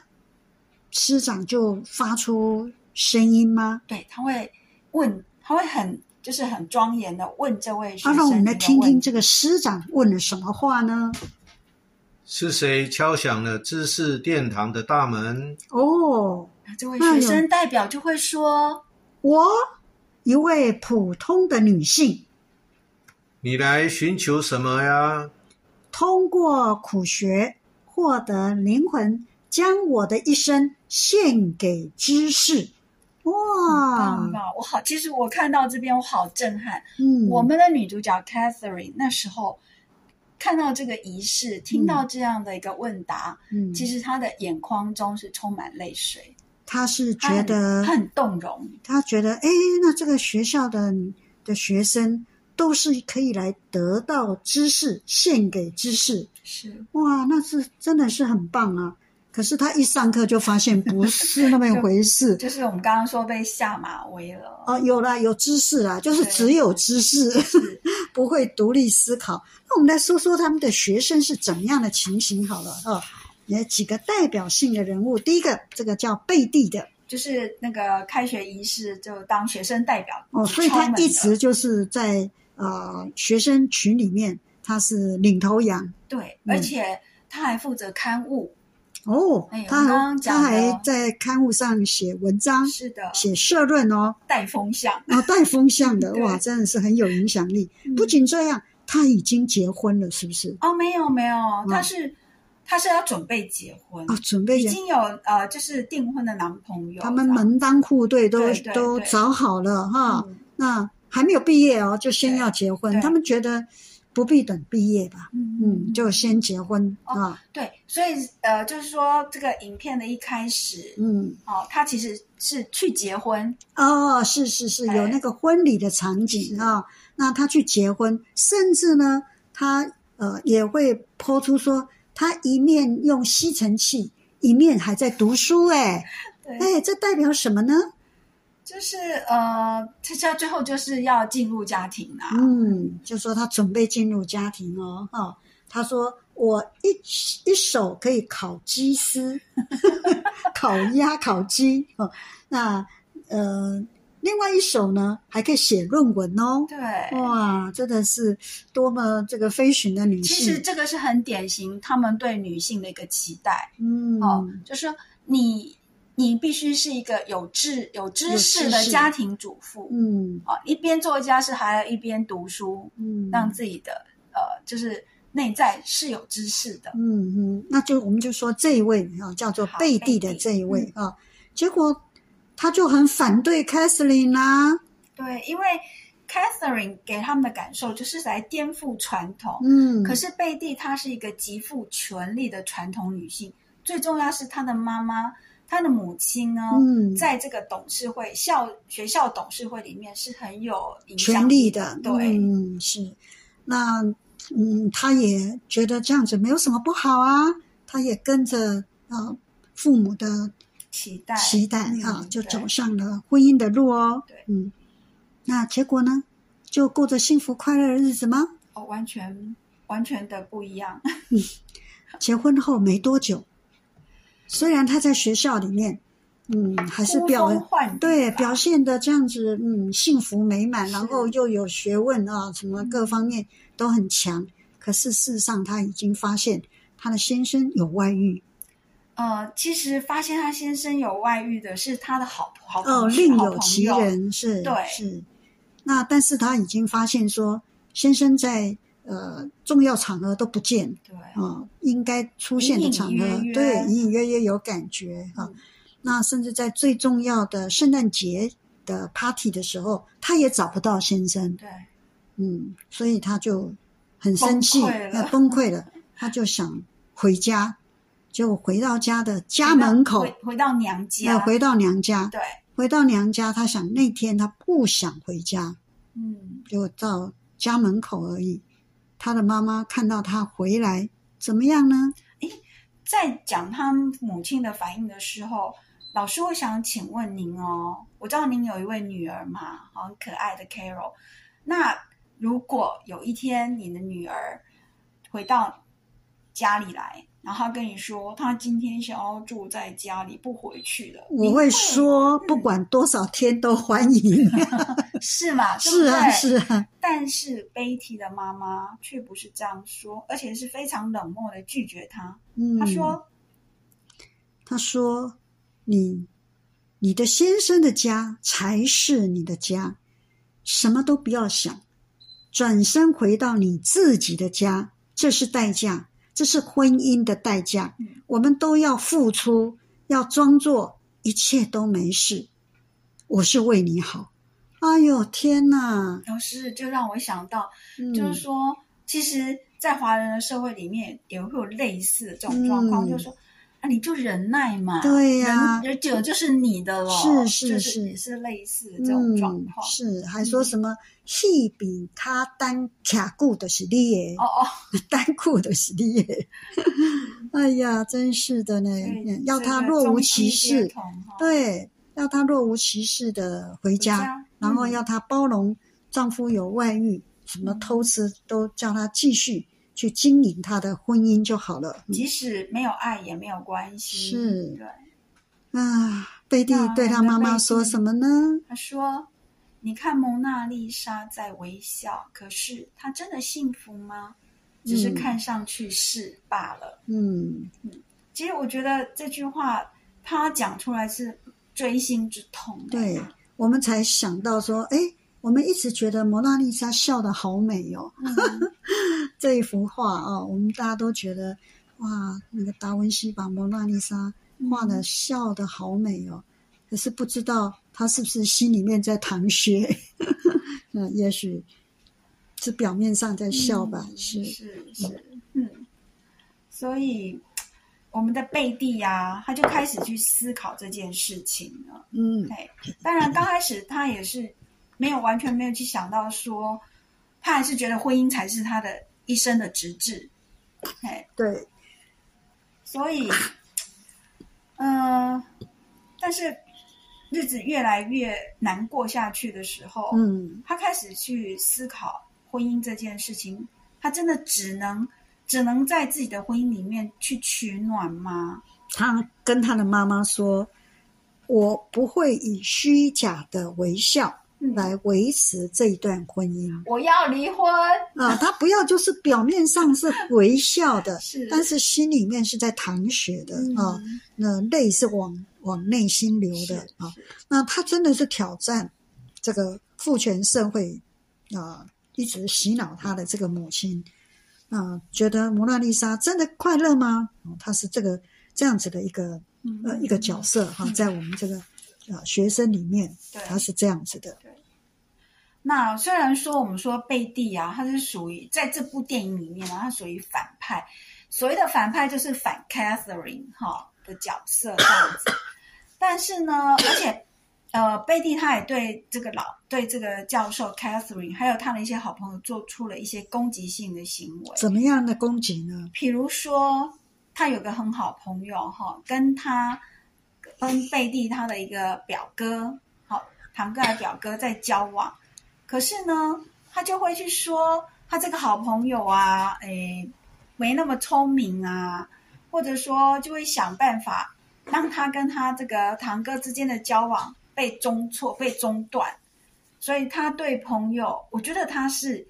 [SPEAKER 2] 师长就发出声音吗？
[SPEAKER 1] 对他会问，他会很就是很庄严的问这位学
[SPEAKER 2] 啊，
[SPEAKER 1] 生一个
[SPEAKER 2] 让我
[SPEAKER 1] 问
[SPEAKER 2] 们
[SPEAKER 1] 题、
[SPEAKER 2] 来听听这个师长问了什么话呢？
[SPEAKER 3] 是谁敲响了知识殿堂的大门？
[SPEAKER 2] 哦，
[SPEAKER 1] 这位
[SPEAKER 2] 哎呦
[SPEAKER 1] 学生代表就会说
[SPEAKER 2] 我一位普通的女性，
[SPEAKER 3] 你来寻求什么呀？
[SPEAKER 2] 通过苦学获得灵魂，将我的一生献给知识。：“
[SPEAKER 1] 棒
[SPEAKER 2] 哇，
[SPEAKER 1] 棒！”我嗯好，其实我看到这边我好震撼。
[SPEAKER 2] 嗯，
[SPEAKER 1] 我们的女主角 Catherine 那时候看到这个仪式，听到这样的一个问答，
[SPEAKER 2] 嗯
[SPEAKER 1] 其实她的眼眶中是充满泪水，
[SPEAKER 2] 他是
[SPEAKER 1] 她
[SPEAKER 2] 觉
[SPEAKER 1] 很
[SPEAKER 2] 得
[SPEAKER 1] 她很动容。
[SPEAKER 2] 他觉得，哎，那这个学校的的学生都是可以来得到知识，献给知识，
[SPEAKER 1] 是，
[SPEAKER 2] 哇，那是真的是很棒啊！可是他一上课就发现不是那么一回 事
[SPEAKER 1] 就是我们刚刚说被下马威了。
[SPEAKER 2] 哦，有啦，有知识啦，就是
[SPEAKER 1] 对
[SPEAKER 2] 只有知识，
[SPEAKER 1] 是
[SPEAKER 2] 不会独立思考。那我们来说说他们的学生是怎么样的情形好了哦，有几个代表性的人物，第一个这个叫贝蒂的
[SPEAKER 1] 就是那个开学仪式，就当学生代表
[SPEAKER 2] 哦，所以
[SPEAKER 1] 敲
[SPEAKER 2] 他
[SPEAKER 1] 门的
[SPEAKER 2] 一直就是在呃学生群里面，他是领头羊
[SPEAKER 1] 对，
[SPEAKER 2] 嗯
[SPEAKER 1] 而且他还负责刊物。
[SPEAKER 2] 哦
[SPEAKER 1] 哎。
[SPEAKER 2] 他
[SPEAKER 1] 我
[SPEAKER 2] 还他
[SPEAKER 1] 刚刚讲的哦
[SPEAKER 2] 还在刊物上写文章、
[SPEAKER 1] 是的，
[SPEAKER 2] 写社论哦，
[SPEAKER 1] 带风向。
[SPEAKER 2] 然后带风向的
[SPEAKER 1] 对嗯
[SPEAKER 2] 哇，真的是很有影响力。不仅这样，他已经结婚了，是不是？
[SPEAKER 1] 哦，没有没有，他是他是要准备结婚
[SPEAKER 2] 哦，，准备
[SPEAKER 1] 嗯已
[SPEAKER 2] 结
[SPEAKER 1] 经有呃，就是订婚的男朋友。
[SPEAKER 2] 他们啊
[SPEAKER 1] 这样
[SPEAKER 2] 门当户对都
[SPEAKER 1] 对对
[SPEAKER 2] 都
[SPEAKER 1] 对
[SPEAKER 2] 找好了哈。
[SPEAKER 1] 嗯
[SPEAKER 2] 那还没有毕业哦，就先
[SPEAKER 1] 对
[SPEAKER 2] 要结婚。
[SPEAKER 1] 对
[SPEAKER 2] 他们觉得不必等毕业吧，
[SPEAKER 1] 嗯
[SPEAKER 2] 嗯，就先结婚
[SPEAKER 1] 哦
[SPEAKER 2] 啊，
[SPEAKER 1] 对，所以呃，就是说这个影片的一开始，
[SPEAKER 2] 嗯。
[SPEAKER 1] 哦，他其实是去结婚，
[SPEAKER 2] 哦，是是是，有
[SPEAKER 1] 哎
[SPEAKER 2] 那个婚礼的场景
[SPEAKER 1] 是
[SPEAKER 2] 啊、那他去结婚，甚至呢，他呃也会抛出说，他一面用吸尘器，一面还在读书、哎
[SPEAKER 1] 对，
[SPEAKER 2] 哎，这代表什么呢？
[SPEAKER 1] 就是呃，他他最后就是要进入家庭啦、
[SPEAKER 2] 嗯，就说他准备进入家庭哦，哈、他说我一一手可以烤鸡丝， 烤鸭、烤鸡哦，那呃，另外一手呢还可以写论文哦。
[SPEAKER 1] 对，
[SPEAKER 2] 哇，真的是多么这个飞寻的女
[SPEAKER 1] 其实
[SPEAKER 2] 性，
[SPEAKER 1] 这个是很典型他们对女性的一个期待
[SPEAKER 2] 嗯，
[SPEAKER 1] 哦，就是说你你必须是一个有知有知识
[SPEAKER 2] 有
[SPEAKER 1] 的
[SPEAKER 2] 知识
[SPEAKER 1] 家庭主妇
[SPEAKER 2] 嗯
[SPEAKER 1] 哦，一边做家事还要一边读书，
[SPEAKER 2] 嗯，
[SPEAKER 1] 让自己的呃就是内在是有知识的，
[SPEAKER 2] 嗯嗯，那就我们就说这一位啊，叫做
[SPEAKER 1] 好
[SPEAKER 2] 贝蒂
[SPEAKER 1] 贝
[SPEAKER 2] 的
[SPEAKER 1] 蒂嗯
[SPEAKER 2] 这一位啊，结果他就很反对凯瑟琳啦，
[SPEAKER 1] 对，因为 Catherine 给他们的感受就是来颠覆传统，
[SPEAKER 2] 嗯，
[SPEAKER 1] 可是贝蒂她是一个极富权力的传统女性，最重要是她的妈妈，她的母亲呢，
[SPEAKER 2] 嗯
[SPEAKER 1] 在这个董事会校学校董事会里面是很有影
[SPEAKER 2] 权
[SPEAKER 1] 响
[SPEAKER 2] 力
[SPEAKER 1] 的
[SPEAKER 2] 的，，
[SPEAKER 1] 对，
[SPEAKER 2] 嗯，是。那嗯，他也觉得这样子没有什么不好啊，他也跟着呃父母的
[SPEAKER 1] 期待
[SPEAKER 2] 期待
[SPEAKER 1] 嗯
[SPEAKER 2] 啊，就
[SPEAKER 1] 对
[SPEAKER 2] 走上了婚姻的路哦
[SPEAKER 1] 对。
[SPEAKER 2] 嗯，那结果呢，就过着幸福快乐的日子吗？
[SPEAKER 1] 哦，完全完全的不一样，
[SPEAKER 2] 结婚后没多久，虽然他在学校里面，嗯，还是
[SPEAKER 1] 呼
[SPEAKER 2] 表
[SPEAKER 1] 风唤雨
[SPEAKER 2] 对
[SPEAKER 1] 吧
[SPEAKER 2] 表现的这样子，嗯，幸福美满，
[SPEAKER 1] 是
[SPEAKER 2] 然后又有学问啊，什么各方面都很强。可是事实上，他已经发现他的先生有外遇
[SPEAKER 1] 呃，其实发现她先生有外遇的是她的好好
[SPEAKER 2] 哦，
[SPEAKER 1] 同事
[SPEAKER 2] 另
[SPEAKER 1] 好
[SPEAKER 2] 有
[SPEAKER 1] 朋
[SPEAKER 2] 其
[SPEAKER 1] 友
[SPEAKER 2] 人，是
[SPEAKER 1] 对
[SPEAKER 2] 是。那但是他已经发现说，先生在呃重要场合都不见
[SPEAKER 1] 对，
[SPEAKER 2] 啊、哦应该出现的场合，
[SPEAKER 1] 隐隐约约
[SPEAKER 2] 对，隐隐约约有感觉啊。
[SPEAKER 1] 嗯
[SPEAKER 2] 那甚至在最重要的圣诞节的 party 的时候，他也找不到先生，
[SPEAKER 1] 对，
[SPEAKER 2] 嗯，所以他就很生气，
[SPEAKER 1] 崩溃了
[SPEAKER 2] 呃崩溃了，他就想回家，结果回到家的家门口
[SPEAKER 1] 回，到回回到娘
[SPEAKER 2] 要
[SPEAKER 1] 家，
[SPEAKER 2] 回到娘家，
[SPEAKER 1] 对，
[SPEAKER 2] 回到娘家，他想那天他不想回家，
[SPEAKER 1] 嗯，
[SPEAKER 2] 结果到家门口而已。他的妈妈看到他回来，怎么样呢？
[SPEAKER 1] 在讲他母亲的反应的时候，老师，我想请问您哦，我知道您有一位女儿嘛，好很可爱的 Carol。那如果有一天你的女儿回到家里来，然后她跟你说她今天想要住在家里不回去了，
[SPEAKER 2] 我
[SPEAKER 1] 你嗯
[SPEAKER 2] 会说，不管多少天都欢迎。
[SPEAKER 1] 是嘛？对不
[SPEAKER 2] 是啊，
[SPEAKER 1] 嗯对
[SPEAKER 2] 是啊，
[SPEAKER 1] 但是 Betty 的妈妈却不是这样说，而且是非常冷漠的拒绝她。
[SPEAKER 2] 嗯，
[SPEAKER 1] 她说：“
[SPEAKER 2] 他说：“你你的先生的家才是你的家，什么都不要想，转身回到你自己的家，这是代价，这是婚姻的代价
[SPEAKER 1] 嗯，
[SPEAKER 2] 我们都要付出，要装作一切都没事，我是为你好。哎呦天哪！
[SPEAKER 1] 老师就让我想到，
[SPEAKER 2] 嗯
[SPEAKER 1] 就是说，其实，在华人的社会里面，也会有类似这种状况，
[SPEAKER 2] 嗯
[SPEAKER 1] 就是说，啊，你就忍耐嘛，
[SPEAKER 2] 对呀
[SPEAKER 1] 忍忍久就是你的了，
[SPEAKER 2] 是是
[SPEAKER 1] 就是
[SPEAKER 2] 是
[SPEAKER 1] 也是类似
[SPEAKER 2] 嗯，
[SPEAKER 1] 这种状况。嗯
[SPEAKER 2] 是，还说什么“戏饼他单卡固的是你耶
[SPEAKER 1] 哦，哦，
[SPEAKER 2] 单裤的是你耶”， 哎呀，真是的呢嗯
[SPEAKER 1] 所以，
[SPEAKER 2] 要
[SPEAKER 1] 这
[SPEAKER 2] 他
[SPEAKER 1] 个
[SPEAKER 2] 若无
[SPEAKER 1] 中
[SPEAKER 2] 其
[SPEAKER 1] 西
[SPEAKER 2] 事
[SPEAKER 1] 皆，同哈
[SPEAKER 2] 对，要他若无其事的回
[SPEAKER 1] 回
[SPEAKER 2] 家，
[SPEAKER 1] 家
[SPEAKER 2] 然后
[SPEAKER 1] 嗯
[SPEAKER 2] 要他包容丈夫有外遇，什么偷吃都叫他继续去经营他的婚姻就好了。嗯
[SPEAKER 1] 即使没有爱也没有关系。
[SPEAKER 2] 是
[SPEAKER 1] 对。
[SPEAKER 2] 啊，贝蒂
[SPEAKER 1] 那
[SPEAKER 2] 对
[SPEAKER 1] 我
[SPEAKER 2] 他
[SPEAKER 1] 们
[SPEAKER 2] 妈妈
[SPEAKER 1] 贝
[SPEAKER 2] 说
[SPEAKER 1] 蒂
[SPEAKER 2] 什么呢？
[SPEAKER 1] 他说：“你看蒙娜丽莎在微笑，可是她真的幸福吗？只是
[SPEAKER 2] 嗯
[SPEAKER 1] 看上去是罢了。
[SPEAKER 2] 嗯，
[SPEAKER 1] 其实我觉得这句话她讲出来是锥心之痛。
[SPEAKER 2] 对，我们才想到说，哎，我们一直觉得蒙娜丽莎笑得好美哦，
[SPEAKER 1] 嗯
[SPEAKER 2] 这一幅画啊、我们大家都觉得，哇，那个达文西把蒙娜丽莎画的笑得好美哦，可是不知道他是不是心里面在淌血， 嗯，也许是表面上在 笑吧，
[SPEAKER 1] 嗯
[SPEAKER 2] 是，
[SPEAKER 1] 是是，嗯，所以。”我们的贝蒂呀、他就开始去思考这件事情了。
[SPEAKER 2] 嗯
[SPEAKER 1] 对，当然刚开始他也是没有完全没有去想到说，他还是觉得婚姻才是他的一生的直至，哎，
[SPEAKER 2] 对，
[SPEAKER 1] 所以，呃，但是日子越来越难过下去的时候，
[SPEAKER 2] 嗯
[SPEAKER 1] 他开始去思考婚姻这件事情，他真的只能只能在自己的婚姻里面去取暖吗？
[SPEAKER 2] 他跟他的妈妈说：“我不会以虚假的微笑
[SPEAKER 1] 嗯
[SPEAKER 2] 来维持这一段婚姻。
[SPEAKER 1] 我要离婚，，
[SPEAKER 2] 啊，他不要就是表面上是微笑的
[SPEAKER 1] 是
[SPEAKER 2] 但是心里面是在淌血的啊，
[SPEAKER 1] 嗯
[SPEAKER 2] 那泪是往往内心流
[SPEAKER 1] 是
[SPEAKER 2] 的啊。
[SPEAKER 1] 是
[SPEAKER 2] 那他真的是挑战这个父权社会啊，一直洗脑他的这个母亲啊，觉得蒙娜丽莎真的快乐吗？哦，他是这个这样子的一个
[SPEAKER 1] 嗯
[SPEAKER 2] 呃一个角色哈、在我们这个啊学生里面，
[SPEAKER 1] 对
[SPEAKER 2] 他是这样子的，
[SPEAKER 1] 那虽然说我们说贝蒂啊，他是属于在这部电影里面呢，他属于反派。所谓的反派就是反 Catherine 哈的角色这样子，但是呢，而且呃，贝蒂他也对这个老对这个教授 Catherine 还有他的一些好朋友做出了一些攻击性的行为，
[SPEAKER 2] 怎么样的攻击呢？
[SPEAKER 1] 比如说，他有个很好朋友哈，跟他跟贝蒂他的一个表哥，好堂哥的表哥在交往，可是呢，他就会去说他这个好朋友啊，诶，没那么聪明啊，或者说就会想办法让他跟他这个堂哥之间的交往被中错、被中断，所以他对朋友，我觉得他是，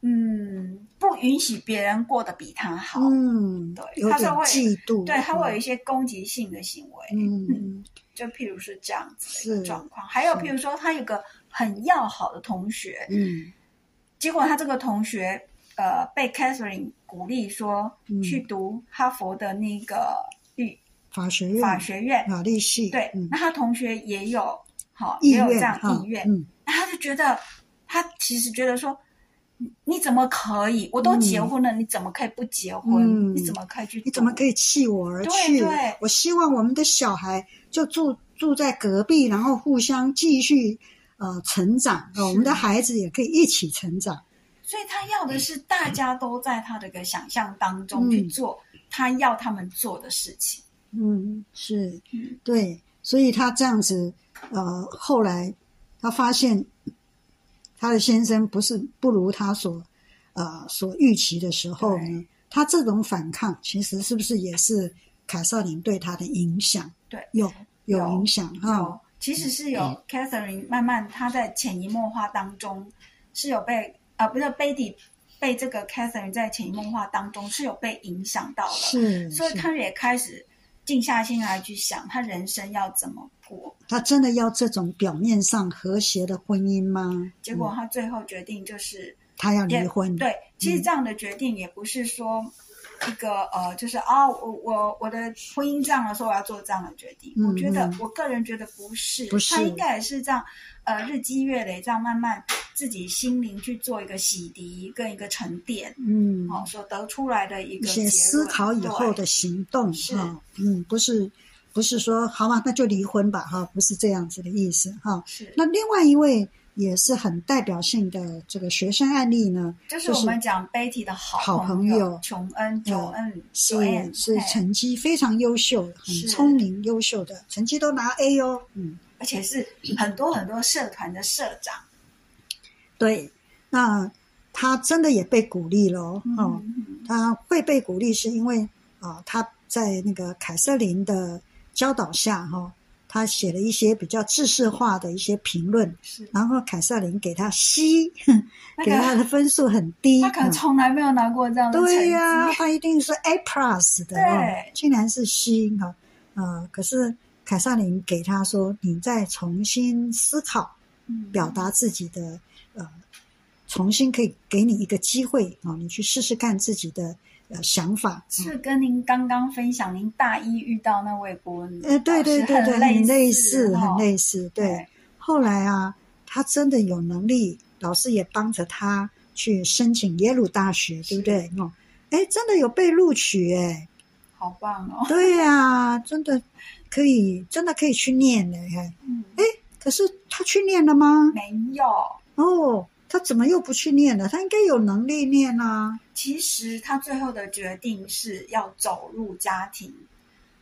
[SPEAKER 1] 嗯，不允许别人过得比他好，
[SPEAKER 2] 嗯，
[SPEAKER 1] 对
[SPEAKER 2] 有
[SPEAKER 1] 他
[SPEAKER 2] 点
[SPEAKER 1] 是会
[SPEAKER 2] 嫉妒，
[SPEAKER 1] 对他会有一
[SPEAKER 2] 嗯
[SPEAKER 1] 些攻击性的行为，
[SPEAKER 2] 嗯
[SPEAKER 1] 就譬如是这样子的一个
[SPEAKER 2] 是
[SPEAKER 1] 状况。还有
[SPEAKER 2] 是
[SPEAKER 1] 譬如说，他有个很要好的同学，
[SPEAKER 2] 嗯
[SPEAKER 1] 结果他这个同学，呃，被 Catherine 鼓励说、
[SPEAKER 2] 嗯
[SPEAKER 1] 去读哈佛的那个律
[SPEAKER 2] 法学院、
[SPEAKER 1] 法学院，
[SPEAKER 2] 法律系，
[SPEAKER 1] 对，
[SPEAKER 2] 嗯
[SPEAKER 1] 那他同学也有好、
[SPEAKER 2] 意
[SPEAKER 1] 也有这
[SPEAKER 2] 愿
[SPEAKER 1] 样
[SPEAKER 2] 啊
[SPEAKER 1] 意愿，
[SPEAKER 2] 嗯，
[SPEAKER 1] 那他就觉得，他其实觉得说，你你怎么可以？我都结婚了，你怎么可以不结婚？
[SPEAKER 2] 嗯
[SPEAKER 1] 你怎么可以去？
[SPEAKER 2] 你怎么可
[SPEAKER 1] 以？
[SPEAKER 2] 以弃我而
[SPEAKER 1] 对
[SPEAKER 2] 去
[SPEAKER 1] 对？
[SPEAKER 2] 我希望我们的小孩就住住在隔壁，然后互相继续呃成长，
[SPEAKER 1] 是
[SPEAKER 2] 呃我们的孩子也可以一起成长，
[SPEAKER 1] 所以他要的是大家都在他的个想象当中
[SPEAKER 2] 嗯
[SPEAKER 1] 去做他要他们做的事情。
[SPEAKER 2] 嗯，是
[SPEAKER 1] 嗯
[SPEAKER 2] 对，所以他这样子，呃，后来他发现他的先生不是不如他所呃所预期的时候呢，他这种反抗其实是不是也是凯瑟琳对他的影响？
[SPEAKER 1] 对，
[SPEAKER 2] 有有
[SPEAKER 1] 有
[SPEAKER 2] 影响
[SPEAKER 1] 有
[SPEAKER 2] 哈，，
[SPEAKER 1] 哦其实是有 Catherine 慢慢她在潜移默化当中是有被啊、不是 Betty 被这个 Catherine 在潜移默化当中是有被影响到了，
[SPEAKER 2] 是
[SPEAKER 1] 所以
[SPEAKER 2] 是
[SPEAKER 1] 她也开始静下心来去想，他人生要怎么过。
[SPEAKER 2] 他真的要这种表面上和谐的婚姻吗？
[SPEAKER 1] 结果他最后决定就是
[SPEAKER 2] 他要离婚，
[SPEAKER 1] 对，其
[SPEAKER 2] 嗯
[SPEAKER 1] 实这样的决定也不是说一个呃，就是啊，我我我的婚姻这样了，所以我要做这样的决定。我觉得
[SPEAKER 2] 嗯嗯
[SPEAKER 1] 我个人觉得不是，
[SPEAKER 2] 不是
[SPEAKER 1] 他应该也是这样，呃，日积月累这样慢慢自己心灵去做一个洗涤跟一个沉淀，
[SPEAKER 2] 嗯，
[SPEAKER 1] 哦，所得出来的一
[SPEAKER 2] 一
[SPEAKER 1] 个
[SPEAKER 2] 些
[SPEAKER 1] 结
[SPEAKER 2] 思
[SPEAKER 1] 论
[SPEAKER 2] 考以后的
[SPEAKER 1] 对
[SPEAKER 2] 行动
[SPEAKER 1] 是
[SPEAKER 2] 哈、嗯，不是不是说好吧，那就离婚吧哈、不是这样子的意思哈、
[SPEAKER 1] 是
[SPEAKER 2] 那另外一位也是很代表性的这个学生案例呢，
[SPEAKER 1] 就是我们讲 Betty 的
[SPEAKER 2] 好
[SPEAKER 1] 好
[SPEAKER 2] 朋友
[SPEAKER 1] 友琼恩，琼
[SPEAKER 2] 嗯
[SPEAKER 1] 恩，
[SPEAKER 2] 是
[SPEAKER 1] 琼恩
[SPEAKER 2] 是
[SPEAKER 1] 嘿
[SPEAKER 2] 成绩非常优秀、很
[SPEAKER 1] 是
[SPEAKER 2] 聪明、优秀的，成绩都拿 A 哦。嗯，
[SPEAKER 1] 而且是很多很多社团的社长。
[SPEAKER 2] 对，那他真的也被鼓励了哦。哦
[SPEAKER 1] 嗯，
[SPEAKER 2] 他会被鼓励是因为啊、他在那个凯瑟琳的教导下哈、他写了一些比较知识化的一些评论，
[SPEAKER 1] 是。
[SPEAKER 2] 然后凯瑟琳给他 C，
[SPEAKER 1] 那
[SPEAKER 2] 给他
[SPEAKER 1] 个
[SPEAKER 2] 的分数很低。
[SPEAKER 1] 他可
[SPEAKER 2] 嗯
[SPEAKER 1] 能从来没有拿过这样的成绩。
[SPEAKER 2] 对呀、他一定是 A plus 的哦
[SPEAKER 1] 对，
[SPEAKER 2] 竟然是 C 哈、呃，可是凯撒琳给他说，你再重新思考，
[SPEAKER 1] 嗯
[SPEAKER 2] 表达自己的呃，重新可以给你一个机会啊、哦你去试试看自己的呃想法。
[SPEAKER 1] 是跟您刚刚分享您大一遇到那位国文老师，
[SPEAKER 2] 呃，对对对对，很
[SPEAKER 1] 很
[SPEAKER 2] 类
[SPEAKER 1] 似
[SPEAKER 2] 似，，很
[SPEAKER 1] 哦
[SPEAKER 2] 类似，对。后来啊，他真的有能力，老师也帮着他去申请耶鲁大学，对不对？哦，哎，真的有被录取哎、
[SPEAKER 1] 好棒哦。
[SPEAKER 2] 对呀、真的可以，真的可以去念的。哎，
[SPEAKER 1] 嗯，
[SPEAKER 2] 可是他去念了吗？
[SPEAKER 1] 没有，
[SPEAKER 2] 哦，他怎么又不去念了？他应该有能力念啊。
[SPEAKER 1] 其实他最后的决定是要走入家庭，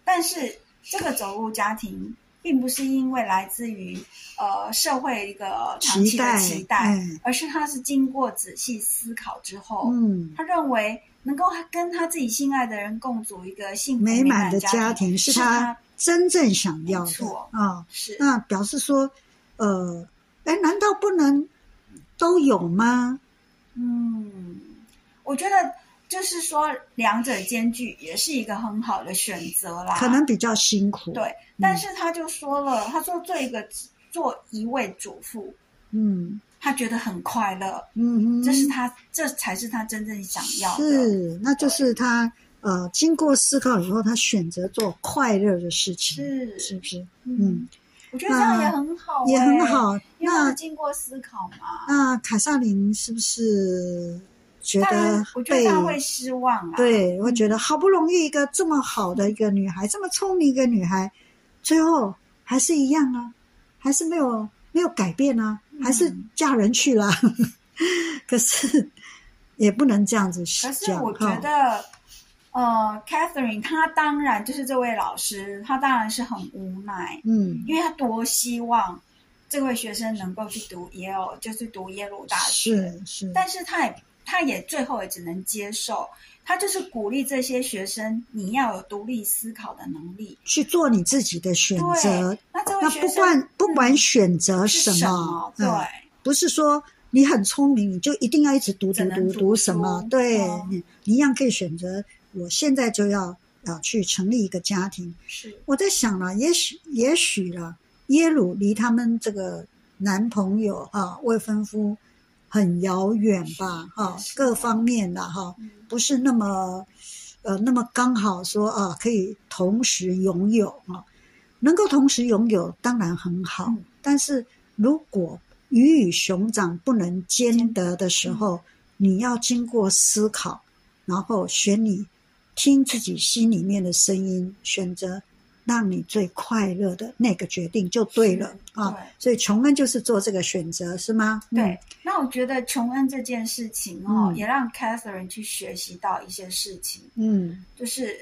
[SPEAKER 1] 但是这个走入家庭。并不是因为来自于呃社会一个长期
[SPEAKER 2] 期
[SPEAKER 1] 的
[SPEAKER 2] 待，
[SPEAKER 1] 期待，
[SPEAKER 2] 哎，
[SPEAKER 1] 而是他是经过仔细思考之后，
[SPEAKER 2] 嗯，
[SPEAKER 1] 他认为能够跟他自己心爱的人共组一个幸福
[SPEAKER 2] 美满
[SPEAKER 1] 满
[SPEAKER 2] 的
[SPEAKER 1] 家
[SPEAKER 2] 家庭是
[SPEAKER 1] 他
[SPEAKER 2] 他真正想要
[SPEAKER 1] 没
[SPEAKER 2] 的
[SPEAKER 1] 错
[SPEAKER 2] 啊、
[SPEAKER 1] 是
[SPEAKER 2] 那表示说，呃，哎，难道不能都有吗？
[SPEAKER 1] 嗯，我觉得就是说两者兼具也是一个很好的选择啦。
[SPEAKER 2] 可能嗯比较辛苦。
[SPEAKER 1] 对，，但是他就说了，他说做一个做一位主妇，
[SPEAKER 2] 嗯
[SPEAKER 1] 他觉得很快乐，
[SPEAKER 2] 嗯哼，
[SPEAKER 1] 这是他这才是他真正想要的。
[SPEAKER 2] 是，那就是他呃，经过思考以后，他选择做快乐的事情，
[SPEAKER 1] 是
[SPEAKER 2] 是不是？嗯
[SPEAKER 1] 嗯，我觉得这样也很好、欸
[SPEAKER 2] 也很，好。
[SPEAKER 1] 因为他
[SPEAKER 2] 那
[SPEAKER 1] 是经过思考嘛。
[SPEAKER 2] 那凯撒琳是不是觉
[SPEAKER 1] 当然
[SPEAKER 2] 得，
[SPEAKER 1] 我觉
[SPEAKER 2] 被
[SPEAKER 1] 得他会失望啊。
[SPEAKER 2] 对？我觉得好不容易一个这么好的一个女孩，这么聪明一个女孩，最后还是一样啊，还是没有没有改变啊，还是
[SPEAKER 1] 嗯
[SPEAKER 2] 嫁人去了。 可是也不能这样子
[SPEAKER 1] 可
[SPEAKER 2] 想，
[SPEAKER 1] 是我
[SPEAKER 2] 哈
[SPEAKER 1] 觉得，呃，Catherine 她当然就是这位老师，她当然是很无奈，
[SPEAKER 2] 嗯，
[SPEAKER 1] 因为她多希望这位学生能够去读耶鲁，就是读耶鲁大学，
[SPEAKER 2] 是是，
[SPEAKER 1] 但是她也她也最后也只能接受，她就是鼓励这些学生，你要有独立思考的能力。
[SPEAKER 2] 去做你自己的选择
[SPEAKER 1] 对。，那这位
[SPEAKER 2] 那
[SPEAKER 1] 学
[SPEAKER 2] 不
[SPEAKER 1] 生
[SPEAKER 2] 管不管
[SPEAKER 1] 嗯
[SPEAKER 2] 选择
[SPEAKER 1] 是
[SPEAKER 2] 什
[SPEAKER 1] 什么，对。
[SPEAKER 2] 嗯不是说你很聪明，你就一定要一直读
[SPEAKER 1] 只
[SPEAKER 2] 读
[SPEAKER 1] 能
[SPEAKER 2] 读
[SPEAKER 1] 读
[SPEAKER 2] 读什么
[SPEAKER 1] 书？
[SPEAKER 2] 对
[SPEAKER 1] 嗯，
[SPEAKER 2] 你你一样可以选择，我现在就要啊去成立一个家庭。
[SPEAKER 1] 是
[SPEAKER 2] 我在想了，也许也许了，耶鲁离他们这个男朋友啊未婚夫很遥远吧？哈、
[SPEAKER 1] 是
[SPEAKER 2] 各方面的哈、
[SPEAKER 1] 嗯
[SPEAKER 2] 不是那么呃那么刚好说啊可以同时拥有啊，能够同时拥有当然很好，
[SPEAKER 1] 嗯
[SPEAKER 2] 但是如果鱼与熊掌不能兼得的时
[SPEAKER 1] 嗯
[SPEAKER 2] 候，你要经过思考，然后选你听自己心里面的声音，选择让你最快乐的那个决定就对了
[SPEAKER 1] 是
[SPEAKER 2] 啊
[SPEAKER 1] 对。
[SPEAKER 2] 所以琼恩就是做这个选择，是吗？
[SPEAKER 1] 对，那我觉得琼恩这件事情哦，
[SPEAKER 2] 嗯
[SPEAKER 1] 也让 Catherine 去学习到一些事情，
[SPEAKER 2] 嗯，
[SPEAKER 1] 就是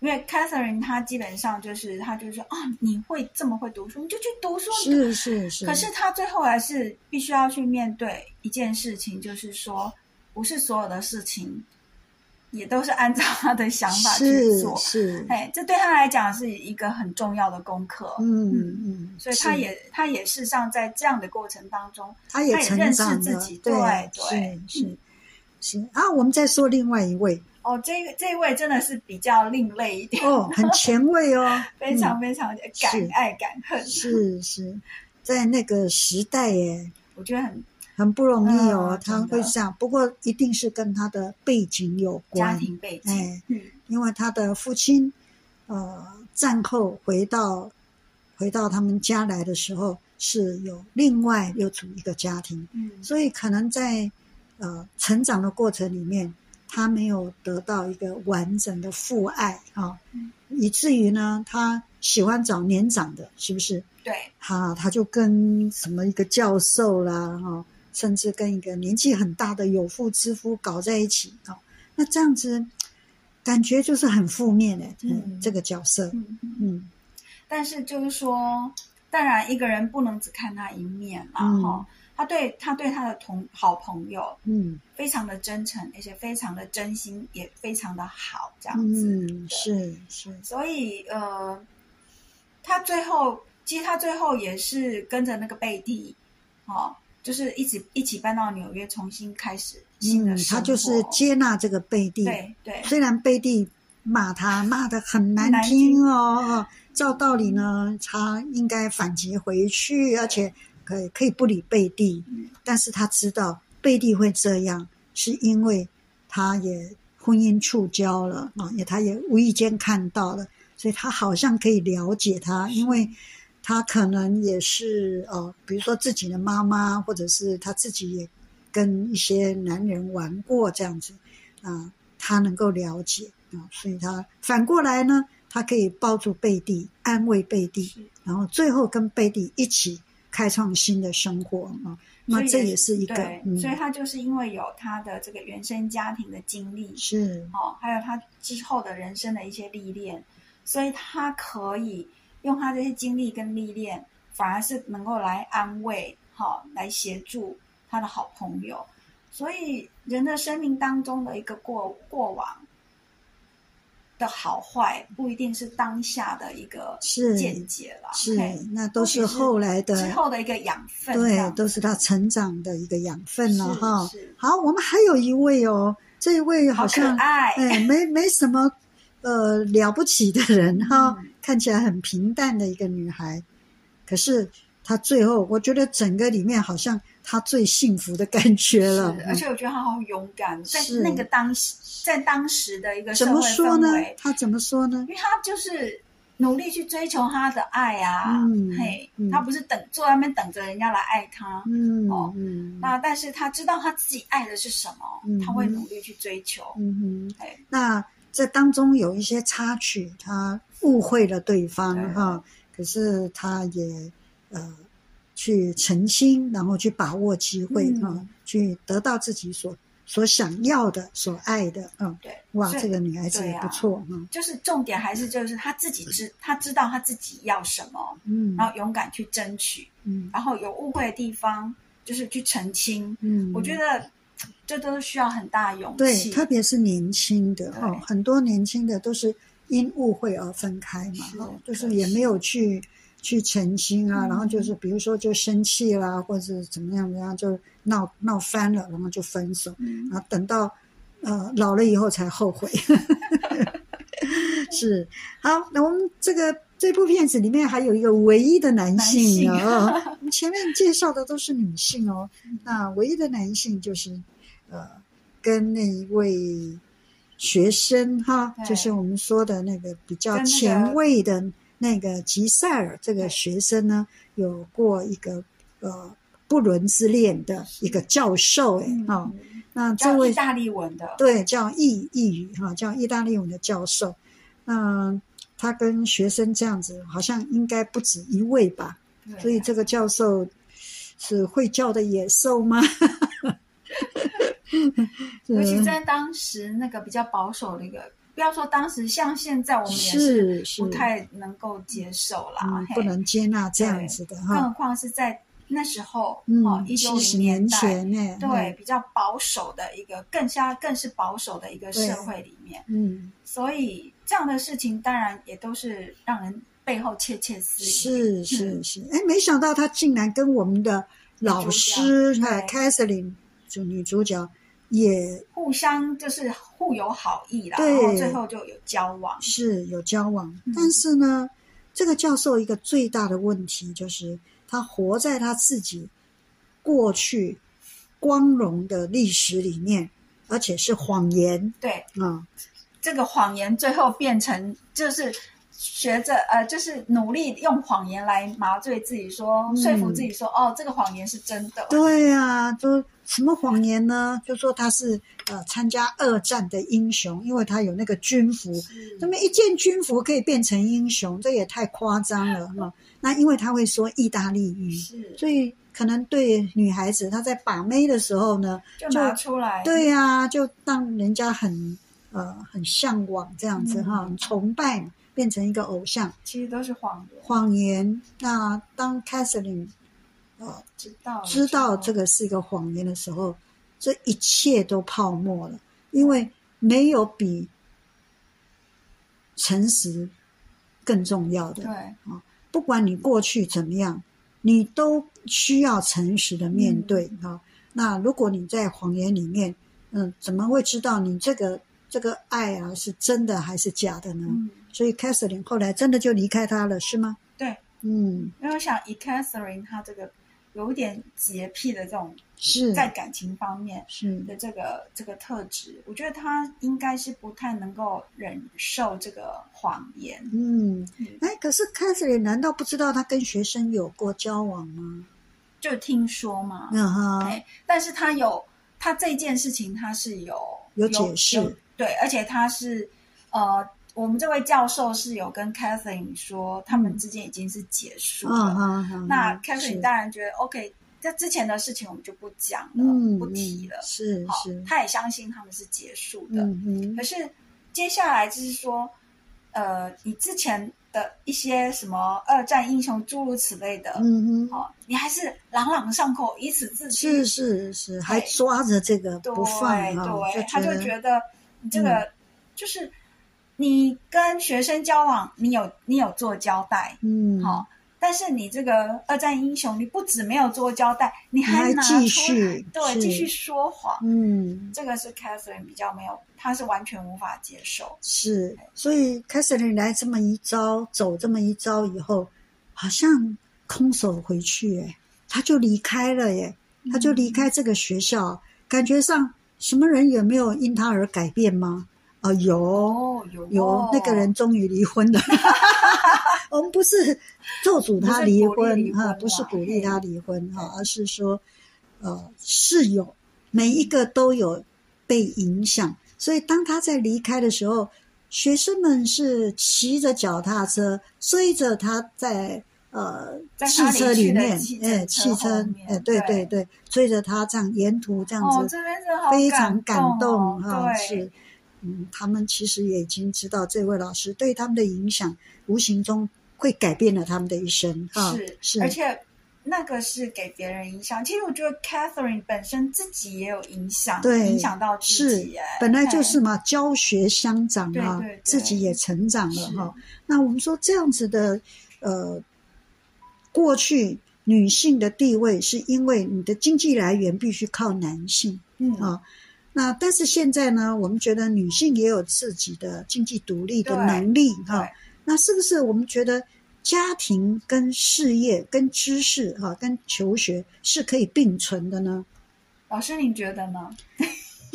[SPEAKER 1] 因为 Catherine 她基本上就是她就是说啊，你会这么会读书，你就去读书。你
[SPEAKER 2] 是是是。
[SPEAKER 1] 可是她最后还是必须要去面对一件事情，就是说，不是所有的事情也都是按照 她的想法去
[SPEAKER 2] 是
[SPEAKER 1] 做。
[SPEAKER 2] 是，
[SPEAKER 1] 哎，这对她来讲是一个很重要的功课。
[SPEAKER 2] 嗯嗯，
[SPEAKER 1] 所以她
[SPEAKER 2] 是
[SPEAKER 1] 也她也事实上在这样的过程当中，
[SPEAKER 2] 他
[SPEAKER 1] 他
[SPEAKER 2] 也
[SPEAKER 1] 也
[SPEAKER 2] 成
[SPEAKER 1] 认识
[SPEAKER 2] 长
[SPEAKER 1] 自
[SPEAKER 2] 了
[SPEAKER 1] 己，，
[SPEAKER 2] 对
[SPEAKER 1] 对，
[SPEAKER 2] 是是
[SPEAKER 1] 嗯。
[SPEAKER 2] 行啊，我们再说另外一 位
[SPEAKER 1] 哦，这个这一位真的是比较另类一点，，
[SPEAKER 2] 哦，很前卫哦
[SPEAKER 1] 非常非常的敢
[SPEAKER 2] 是
[SPEAKER 1] 爱敢恨
[SPEAKER 2] 嗯、，是是，在那个时代耶，
[SPEAKER 1] 我觉得很
[SPEAKER 2] 很不容易哦
[SPEAKER 1] 嗯，
[SPEAKER 2] 他
[SPEAKER 1] 真的
[SPEAKER 2] 会这样，不过一定是跟他的背景有
[SPEAKER 1] 家
[SPEAKER 2] 关，
[SPEAKER 1] 庭背景
[SPEAKER 2] 哎，
[SPEAKER 1] 嗯，
[SPEAKER 2] 因为他的父亲，呃，战后回到回到他们家来的时候，是有另外又组一个家庭，
[SPEAKER 1] 嗯
[SPEAKER 2] 所以可能在呃成长的过程里面，他没有得到一个完整的父爱啊、
[SPEAKER 1] 嗯
[SPEAKER 2] 以至于呢，他喜欢找年长的，是不是？
[SPEAKER 1] 对，
[SPEAKER 2] 哈、他就跟什么一个教授啦，哈、甚至跟一个年纪很大的有妇之夫搞在一起啊、哦那这样子感觉就是很负面的、嗯，
[SPEAKER 1] 嗯
[SPEAKER 2] 这个角色，
[SPEAKER 1] 嗯，嗯
[SPEAKER 2] 嗯，
[SPEAKER 1] 但是就是说，当然一个人不能只看他一面嘛，
[SPEAKER 2] 嗯
[SPEAKER 1] 哈、他对他对他的同好朋友
[SPEAKER 2] 嗯
[SPEAKER 1] 非常的真诚，而且非常的真心，也非常的好，这样子，
[SPEAKER 2] 嗯，是是，
[SPEAKER 1] 所以呃，他最后其实他最后也是跟着那个贝蒂，哦，就是一起一起搬到纽约，重新开始新的
[SPEAKER 2] 嗯，
[SPEAKER 1] 生活。
[SPEAKER 2] 他就是接纳这个贝蒂，
[SPEAKER 1] 对对
[SPEAKER 2] 虽然贝蒂骂他骂的很难
[SPEAKER 1] 难
[SPEAKER 2] 听
[SPEAKER 1] 听
[SPEAKER 2] 哦，哦照道理呢，他应该反击回去，而且可以可以不理贝蒂
[SPEAKER 1] 嗯，
[SPEAKER 2] 但是他知道贝蒂会这样，是因为他也婚姻触礁了啊，也他也无意间看到了，所以他好像可以了解他，因为。他可能也是呃，比如说自己的妈妈，或者是他自己也跟一些男人玩过这样子，啊、他能够了解啊、所以他反过来呢，他可以抱住贝蒂，安慰贝蒂，
[SPEAKER 1] 是
[SPEAKER 2] 然后最后跟贝蒂一起开创新的生活啊、
[SPEAKER 1] 所
[SPEAKER 2] 那
[SPEAKER 1] 以
[SPEAKER 2] 这也是一个，
[SPEAKER 1] 对，
[SPEAKER 2] 嗯，
[SPEAKER 1] 所以他就是因为有他的这个原生家庭的经历，
[SPEAKER 2] 是
[SPEAKER 1] 哦，还有他之后的人生的一些历练，所以他可以用他这些经历跟历练，反而是能够来安慰，好、来协助他的好朋友。所以人的生命当中的一个过过往的好坏，不一定是当下的一个
[SPEAKER 2] 是
[SPEAKER 1] 见解啦，
[SPEAKER 2] 是
[SPEAKER 1] 嘿，
[SPEAKER 2] 那都是后来的
[SPEAKER 1] 之后的一个养分这
[SPEAKER 2] 对
[SPEAKER 1] 样，子，
[SPEAKER 2] 都是他成长的一个养分了
[SPEAKER 1] 是
[SPEAKER 2] 哈
[SPEAKER 1] 是。
[SPEAKER 2] 好，我们还有一位哦，这一位
[SPEAKER 1] 好可
[SPEAKER 2] 像
[SPEAKER 1] 爱，
[SPEAKER 2] 哎，没没什么呃了不起的人哈、
[SPEAKER 1] 嗯
[SPEAKER 2] 看起来很平淡的一个女孩，可是她最后，我觉得整个里面好像她最幸福的感觉了。嗯
[SPEAKER 1] 是，而且我觉得他好勇敢，在
[SPEAKER 2] 是
[SPEAKER 1] 那个当时，在当时的一个
[SPEAKER 2] 嗯
[SPEAKER 1] 社
[SPEAKER 2] 怎
[SPEAKER 1] 会
[SPEAKER 2] 么说呢
[SPEAKER 1] 氛围？，
[SPEAKER 2] 她怎么说呢
[SPEAKER 1] 因？为他就是努力去追求他的爱啊，
[SPEAKER 2] 嗯
[SPEAKER 1] 嘿
[SPEAKER 2] 嗯，
[SPEAKER 1] 他不是等坐在那边等着人家来爱他，
[SPEAKER 2] 嗯、
[SPEAKER 1] 哦
[SPEAKER 2] 嗯，
[SPEAKER 1] 那但是他知道他自己爱的是什么，
[SPEAKER 2] 嗯
[SPEAKER 1] 他会努力去追求，
[SPEAKER 2] 嗯哼
[SPEAKER 1] 哎，
[SPEAKER 2] 那这当中有一些插曲，他误会了对方
[SPEAKER 1] 对
[SPEAKER 2] 哈，可是他也呃去澄清，然后去把握机会
[SPEAKER 1] 嗯
[SPEAKER 2] 哈、去得到自己所所想要的、所爱的啊、嗯。
[SPEAKER 1] 对，
[SPEAKER 2] 哇，
[SPEAKER 1] 所以
[SPEAKER 2] 这个女孩子
[SPEAKER 1] 对
[SPEAKER 2] 也
[SPEAKER 1] 啊
[SPEAKER 2] 不错哈、嗯
[SPEAKER 1] 就是重点还是就是他自己知，他知道他自己要什么，
[SPEAKER 2] 嗯
[SPEAKER 1] 然后勇敢去争取，
[SPEAKER 2] 嗯
[SPEAKER 1] 然后有误会的地方就是去澄清，
[SPEAKER 2] 嗯，
[SPEAKER 1] 我觉得这都是需要很大的勇
[SPEAKER 2] 对，
[SPEAKER 1] 气，
[SPEAKER 2] 特别是年轻的哦
[SPEAKER 1] 对，
[SPEAKER 2] 很多年轻的都是因误会而分开嘛
[SPEAKER 1] 是，
[SPEAKER 2] 哦
[SPEAKER 1] 的
[SPEAKER 2] 就是也没有去去澄清啊，
[SPEAKER 1] 嗯
[SPEAKER 2] 然后就是比如说就生气啦，或者怎么样怎么样就闹闹翻了，然后就分手，
[SPEAKER 1] 嗯
[SPEAKER 2] 然后啊等到呃老了以后才后悔。 是，好，那我们这个这部片子里面还有一个唯一的男性
[SPEAKER 1] 男性嗯
[SPEAKER 2] 哦， 我们前面介绍的都是女性哦，那唯一的男性就是呃跟那一位学生哈，
[SPEAKER 1] 对
[SPEAKER 2] 就是我们说的那个比较
[SPEAKER 1] 跟那个
[SPEAKER 2] 前卫的那个吉塞尔这个学生呢，有过一个呃不伦之恋的一个教授哎
[SPEAKER 1] 嗯
[SPEAKER 2] 啊、哦，那这
[SPEAKER 1] 叫
[SPEAKER 2] 位
[SPEAKER 1] 意大利文的，
[SPEAKER 2] 对，叫意意语哈，叫意大利文的教授。嗯，他跟学生这样子，好像应该不止一位吧？
[SPEAKER 1] 对啊
[SPEAKER 2] 所以这个教授是会叫的野兽吗？
[SPEAKER 1] 尤
[SPEAKER 2] 嗯
[SPEAKER 1] 其在当时那个比较保守的一个，不要说当时，像现在我们也
[SPEAKER 2] 是是
[SPEAKER 1] 不太能够接受啦，
[SPEAKER 2] 嗯
[SPEAKER 1] 嘿
[SPEAKER 2] 不，能接纳这样子的
[SPEAKER 1] 更
[SPEAKER 2] 哈。
[SPEAKER 1] 何况是在那时候，哦
[SPEAKER 2] 嗯，，
[SPEAKER 1] 一九
[SPEAKER 2] 七十
[SPEAKER 1] 零
[SPEAKER 2] 年
[SPEAKER 1] 代，
[SPEAKER 2] 前呢？
[SPEAKER 1] 对，，比较保守的一个，更加更是保守的一个
[SPEAKER 2] 对
[SPEAKER 1] 社会里面，
[SPEAKER 2] 嗯，
[SPEAKER 1] 所以这样的事情当然也都是让人背后窃窃私语，
[SPEAKER 2] 是是是。哎，没想到他竟然跟我们的老师
[SPEAKER 1] 嗯女主角
[SPEAKER 2] 哎
[SPEAKER 1] 对
[SPEAKER 2] c a t h e r i n e 就女主角也
[SPEAKER 1] 互相就是互有好意啦，
[SPEAKER 2] 对
[SPEAKER 1] 然后最后就有交往。
[SPEAKER 2] 是有交往
[SPEAKER 1] 嗯，
[SPEAKER 2] 但是呢，这个教授一个最大的问题就是他活在他自己过去光荣的历史里面，而且是谎言
[SPEAKER 1] 对，
[SPEAKER 2] 啊、
[SPEAKER 1] 这个谎言最后变成就是学着呃，就是努力用谎言来麻醉自己说，
[SPEAKER 2] 嗯
[SPEAKER 1] 说服自己说，哦，这个谎言是真的。
[SPEAKER 2] 对啊，就什么谎言呢？就说他是呃参加二战的英雄，因为他有那个军服，那么一件军服可以变成英雄，这也太夸张了哈、那因为他会说意大利语，
[SPEAKER 1] 是，
[SPEAKER 2] 所以可能对女孩子，她在把妹的时候呢，
[SPEAKER 1] 就拿出来。
[SPEAKER 2] 对呀、就让人家很呃很向往这样子哈，很崇拜嘛，变成一个偶像。
[SPEAKER 1] 其实都是谎言，
[SPEAKER 2] 谎言，那当 Catherine
[SPEAKER 1] 知道了
[SPEAKER 2] 知道这
[SPEAKER 1] 个，
[SPEAKER 2] 个是一个谎言的时候，这一切都泡沫了，因为没有比诚实更重要的。
[SPEAKER 1] 对，嗯
[SPEAKER 2] 不管你过去怎么样，你都需要诚实的
[SPEAKER 1] 嗯
[SPEAKER 2] 面对啊、那如果你在谎言里面，嗯，怎么会知道你这个这个爱啊是真的还是假的呢？
[SPEAKER 1] 嗯，
[SPEAKER 2] 所以 Catherine 后来真的就离开他了，是吗？
[SPEAKER 1] 对，
[SPEAKER 2] 嗯，
[SPEAKER 1] 因为我想以 Catherine 她这个有点洁癖的这种，
[SPEAKER 2] 是
[SPEAKER 1] 在感情方面
[SPEAKER 2] 是，
[SPEAKER 1] 的这个这个特质，我觉得她应该是不太能够忍受这个谎言。
[SPEAKER 2] 嗯
[SPEAKER 1] 嗯，
[SPEAKER 2] 哎，可是 Catherine 难道不知道他跟学生有过交往吗？
[SPEAKER 1] 就听说嘛，
[SPEAKER 2] 嗯哈，
[SPEAKER 1] 哎，但是他有他这件事情，他是有
[SPEAKER 2] 有解释，
[SPEAKER 1] 有对，而且他是呃，我们这位教授是有跟 Catherine 说，他们之间已经是结束
[SPEAKER 2] 嗯
[SPEAKER 1] 了。
[SPEAKER 2] 哈哈，
[SPEAKER 1] 那
[SPEAKER 2] 哈
[SPEAKER 1] Catherine
[SPEAKER 2] 是
[SPEAKER 1] 当然觉得 OK，这之前的事情我们就不讲了，
[SPEAKER 2] 嗯
[SPEAKER 1] 不提了
[SPEAKER 2] 嗯。是
[SPEAKER 1] 好
[SPEAKER 2] 是，，
[SPEAKER 1] 他也相信他们是结束的。
[SPEAKER 2] 嗯哼
[SPEAKER 1] 可，是接下来就是说，呃，你之前的一些什么二战英雄诸如此类的，
[SPEAKER 2] 嗯哼。
[SPEAKER 1] 哦，你还是朗朗上口，以此自居。
[SPEAKER 2] 是是是，还抓着这个
[SPEAKER 1] 对
[SPEAKER 2] 不放啊，
[SPEAKER 1] 对，他
[SPEAKER 2] 觉得嗯
[SPEAKER 1] 就觉得你这个、就是你跟学生交往，你有你有做交代，
[SPEAKER 2] 嗯，
[SPEAKER 1] 好、但是你这个二战英雄，你不止没有做交代，你
[SPEAKER 2] 还
[SPEAKER 1] 拿
[SPEAKER 2] 继
[SPEAKER 1] 出来
[SPEAKER 2] 续
[SPEAKER 1] 对
[SPEAKER 2] 是
[SPEAKER 1] 继续说谎，
[SPEAKER 2] 嗯
[SPEAKER 1] 这个是 Catherine 比较没有，他是完全无法接受。
[SPEAKER 2] 是，所以凯瑟琳来这么一招，走这么一招以后，好像空手回去耶，他就离开了耶，他就
[SPEAKER 1] 嗯
[SPEAKER 2] 离开这个学校，感觉上什么人也没有因他而改变吗？啊、有
[SPEAKER 1] 哦，有
[SPEAKER 2] 有
[SPEAKER 1] 哦，
[SPEAKER 2] 那个人终于离婚了。 我们不是做主他离
[SPEAKER 1] 不是鼓励
[SPEAKER 2] 婚
[SPEAKER 1] 离婚
[SPEAKER 2] 啊，
[SPEAKER 1] 啦
[SPEAKER 2] 不是鼓励他离婚哈，而是说，呃，是有每一个都有被影响，所以当他在离开的时候，学生们是骑着脚踏车追着他在呃
[SPEAKER 1] 在
[SPEAKER 2] 汽
[SPEAKER 1] 他
[SPEAKER 2] 车
[SPEAKER 1] 离
[SPEAKER 2] 里
[SPEAKER 1] 去的
[SPEAKER 2] 面
[SPEAKER 1] 汽，车
[SPEAKER 2] 哎，汽
[SPEAKER 1] 后
[SPEAKER 2] 车
[SPEAKER 1] 面，
[SPEAKER 2] 哎，对
[SPEAKER 1] 对
[SPEAKER 2] 对对，追着他这样沿途这样
[SPEAKER 1] 哦，
[SPEAKER 2] 子
[SPEAKER 1] 这边真的好
[SPEAKER 2] 非常感
[SPEAKER 1] 动
[SPEAKER 2] 动
[SPEAKER 1] 哦
[SPEAKER 2] 哈、
[SPEAKER 1] 对，
[SPEAKER 2] 是，嗯，他们其实也已经知道这位老师对他们的影响，无形中会改变了他们的一生哈、
[SPEAKER 1] 是
[SPEAKER 2] 嗯是，
[SPEAKER 1] 而且那个是给别人影响。其实我觉得 Catherine 本身自己也有影响，
[SPEAKER 2] 对
[SPEAKER 1] 影响到自
[SPEAKER 2] 是
[SPEAKER 1] 己耶。哎
[SPEAKER 2] 本来就是嘛，教学相长啊
[SPEAKER 1] 对对对，
[SPEAKER 2] 自己也成长了
[SPEAKER 1] 是
[SPEAKER 2] 哈、那我们说这样子的，呃，过去女性的地位是因为你的经济来源必须靠男性，
[SPEAKER 1] 嗯
[SPEAKER 2] 啊那但是现在呢，我们觉得女性也有自己的经济独立的
[SPEAKER 1] 对
[SPEAKER 2] 能力
[SPEAKER 1] 对
[SPEAKER 2] 哈、那是不是我们觉得家庭跟事业、跟知识哈、跟求学是可以并存的呢？
[SPEAKER 1] 老师，您觉得呢？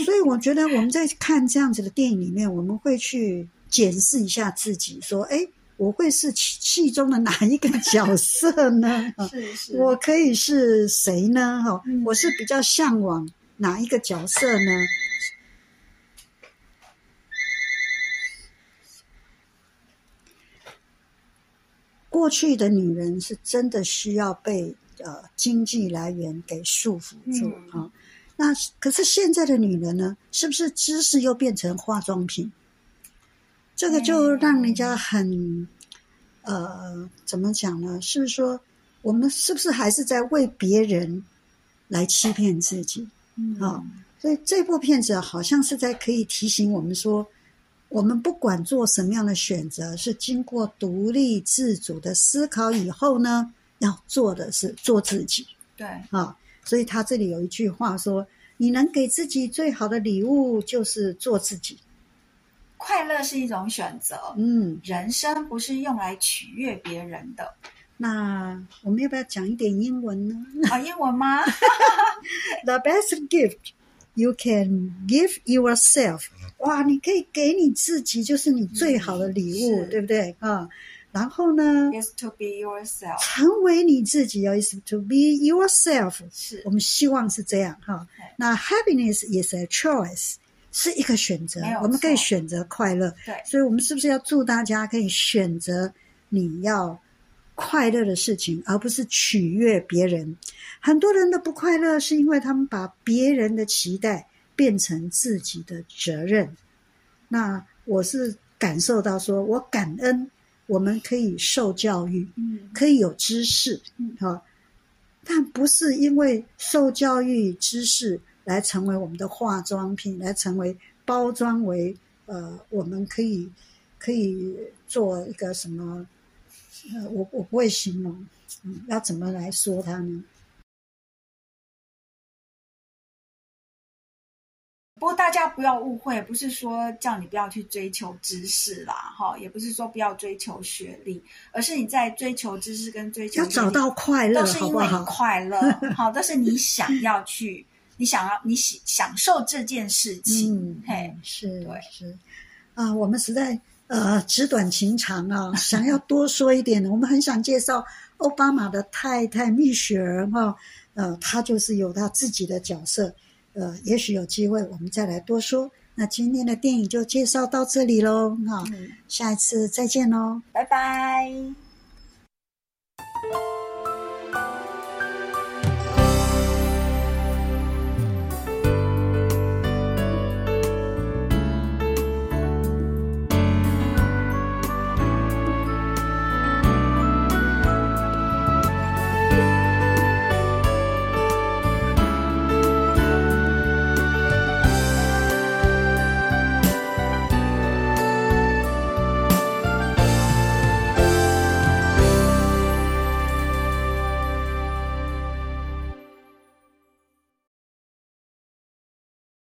[SPEAKER 2] 所以我觉得我们在看这样子的电影里面，我们会去检视一下自己，说，哎，我会是戏戏中的哪一个角色呢？ 啊
[SPEAKER 1] 是是，
[SPEAKER 2] 我可以是谁呢？哈
[SPEAKER 1] 嗯，
[SPEAKER 2] 我是比较向往哪一个角色呢？过去的女人是真的需要被呃经济来源给束缚住啊、
[SPEAKER 1] 嗯
[SPEAKER 2] 那可是现在的女人呢，是不是知识又变成化妆品？这个就让人家很，呃，怎么讲呢？是不是说我们是不是还是在为别人来欺骗自己？
[SPEAKER 1] 嗯
[SPEAKER 2] 啊所以这部片子好像是在可以提醒我们说，我们不管做什么样的选择，是经过独立自主的思考以后呢，要做的是做自己
[SPEAKER 1] 对，
[SPEAKER 2] 啊。所以他这里有一句话说：“你能给自己最好的礼物就是做自己。
[SPEAKER 1] 快乐是一种选择，
[SPEAKER 2] 嗯，
[SPEAKER 1] 人生不是用来取悦别人 的
[SPEAKER 2] 那我们要不要讲一点英文呢
[SPEAKER 1] 啊。英文吗？
[SPEAKER 2] ？The best gift you can give yourself，哇，你可以给你自己就是你最好的礼物，
[SPEAKER 1] 嗯是
[SPEAKER 2] 对不对啊？然后呢，
[SPEAKER 1] Yes, to be yourself。
[SPEAKER 2] 成为你自己哦，is to be yourself，
[SPEAKER 1] 是哎
[SPEAKER 2] 我们希望是这样哈
[SPEAKER 1] 对。
[SPEAKER 2] 那 happiness is a choice，是一个选择
[SPEAKER 1] 没有，错
[SPEAKER 2] 我们可以选择快乐。
[SPEAKER 1] 对
[SPEAKER 2] 所以我们是不是要祝大家可以选择你要快乐的事情，而不是取悦别人？很多人的不快乐是因为他们把别人的期待变成自己的责任。那我是感受到说，我感恩我们可以受教育，
[SPEAKER 1] 嗯，
[SPEAKER 2] 可以有知识，
[SPEAKER 1] 嗯
[SPEAKER 2] 好、但不是因为受教育知识来成为我们的化妆品，来成为包装为呃，我们可以可以做一个什么？呃，我我不会形容，嗯，要怎么来说它呢？
[SPEAKER 1] 不过大家不要误会，不是说叫你不要去追求知识啦，哈，也不是说不要追求学历，而是你在追求知识跟追求
[SPEAKER 2] 要
[SPEAKER 1] 阅历
[SPEAKER 2] 找到快乐，
[SPEAKER 1] 都是
[SPEAKER 2] 好
[SPEAKER 1] 因
[SPEAKER 2] 不
[SPEAKER 1] 为你
[SPEAKER 2] 好？
[SPEAKER 1] 快乐，好，都是你想要去，你想要你喜享受这件事情
[SPEAKER 2] 嗯，，
[SPEAKER 1] 嘿，
[SPEAKER 2] 是
[SPEAKER 1] 对
[SPEAKER 2] 是啊、我们实在呃纸短情长啊，想要多说一点，我们很想介绍奥巴马的太太蜜雪儿哈、呃，她就是有她自己的角色，呃，也许有机会我们再来多说。那今天的电影就介绍到这里喽，啊、
[SPEAKER 1] 嗯，
[SPEAKER 2] 下一次再见喽。
[SPEAKER 1] 拜拜。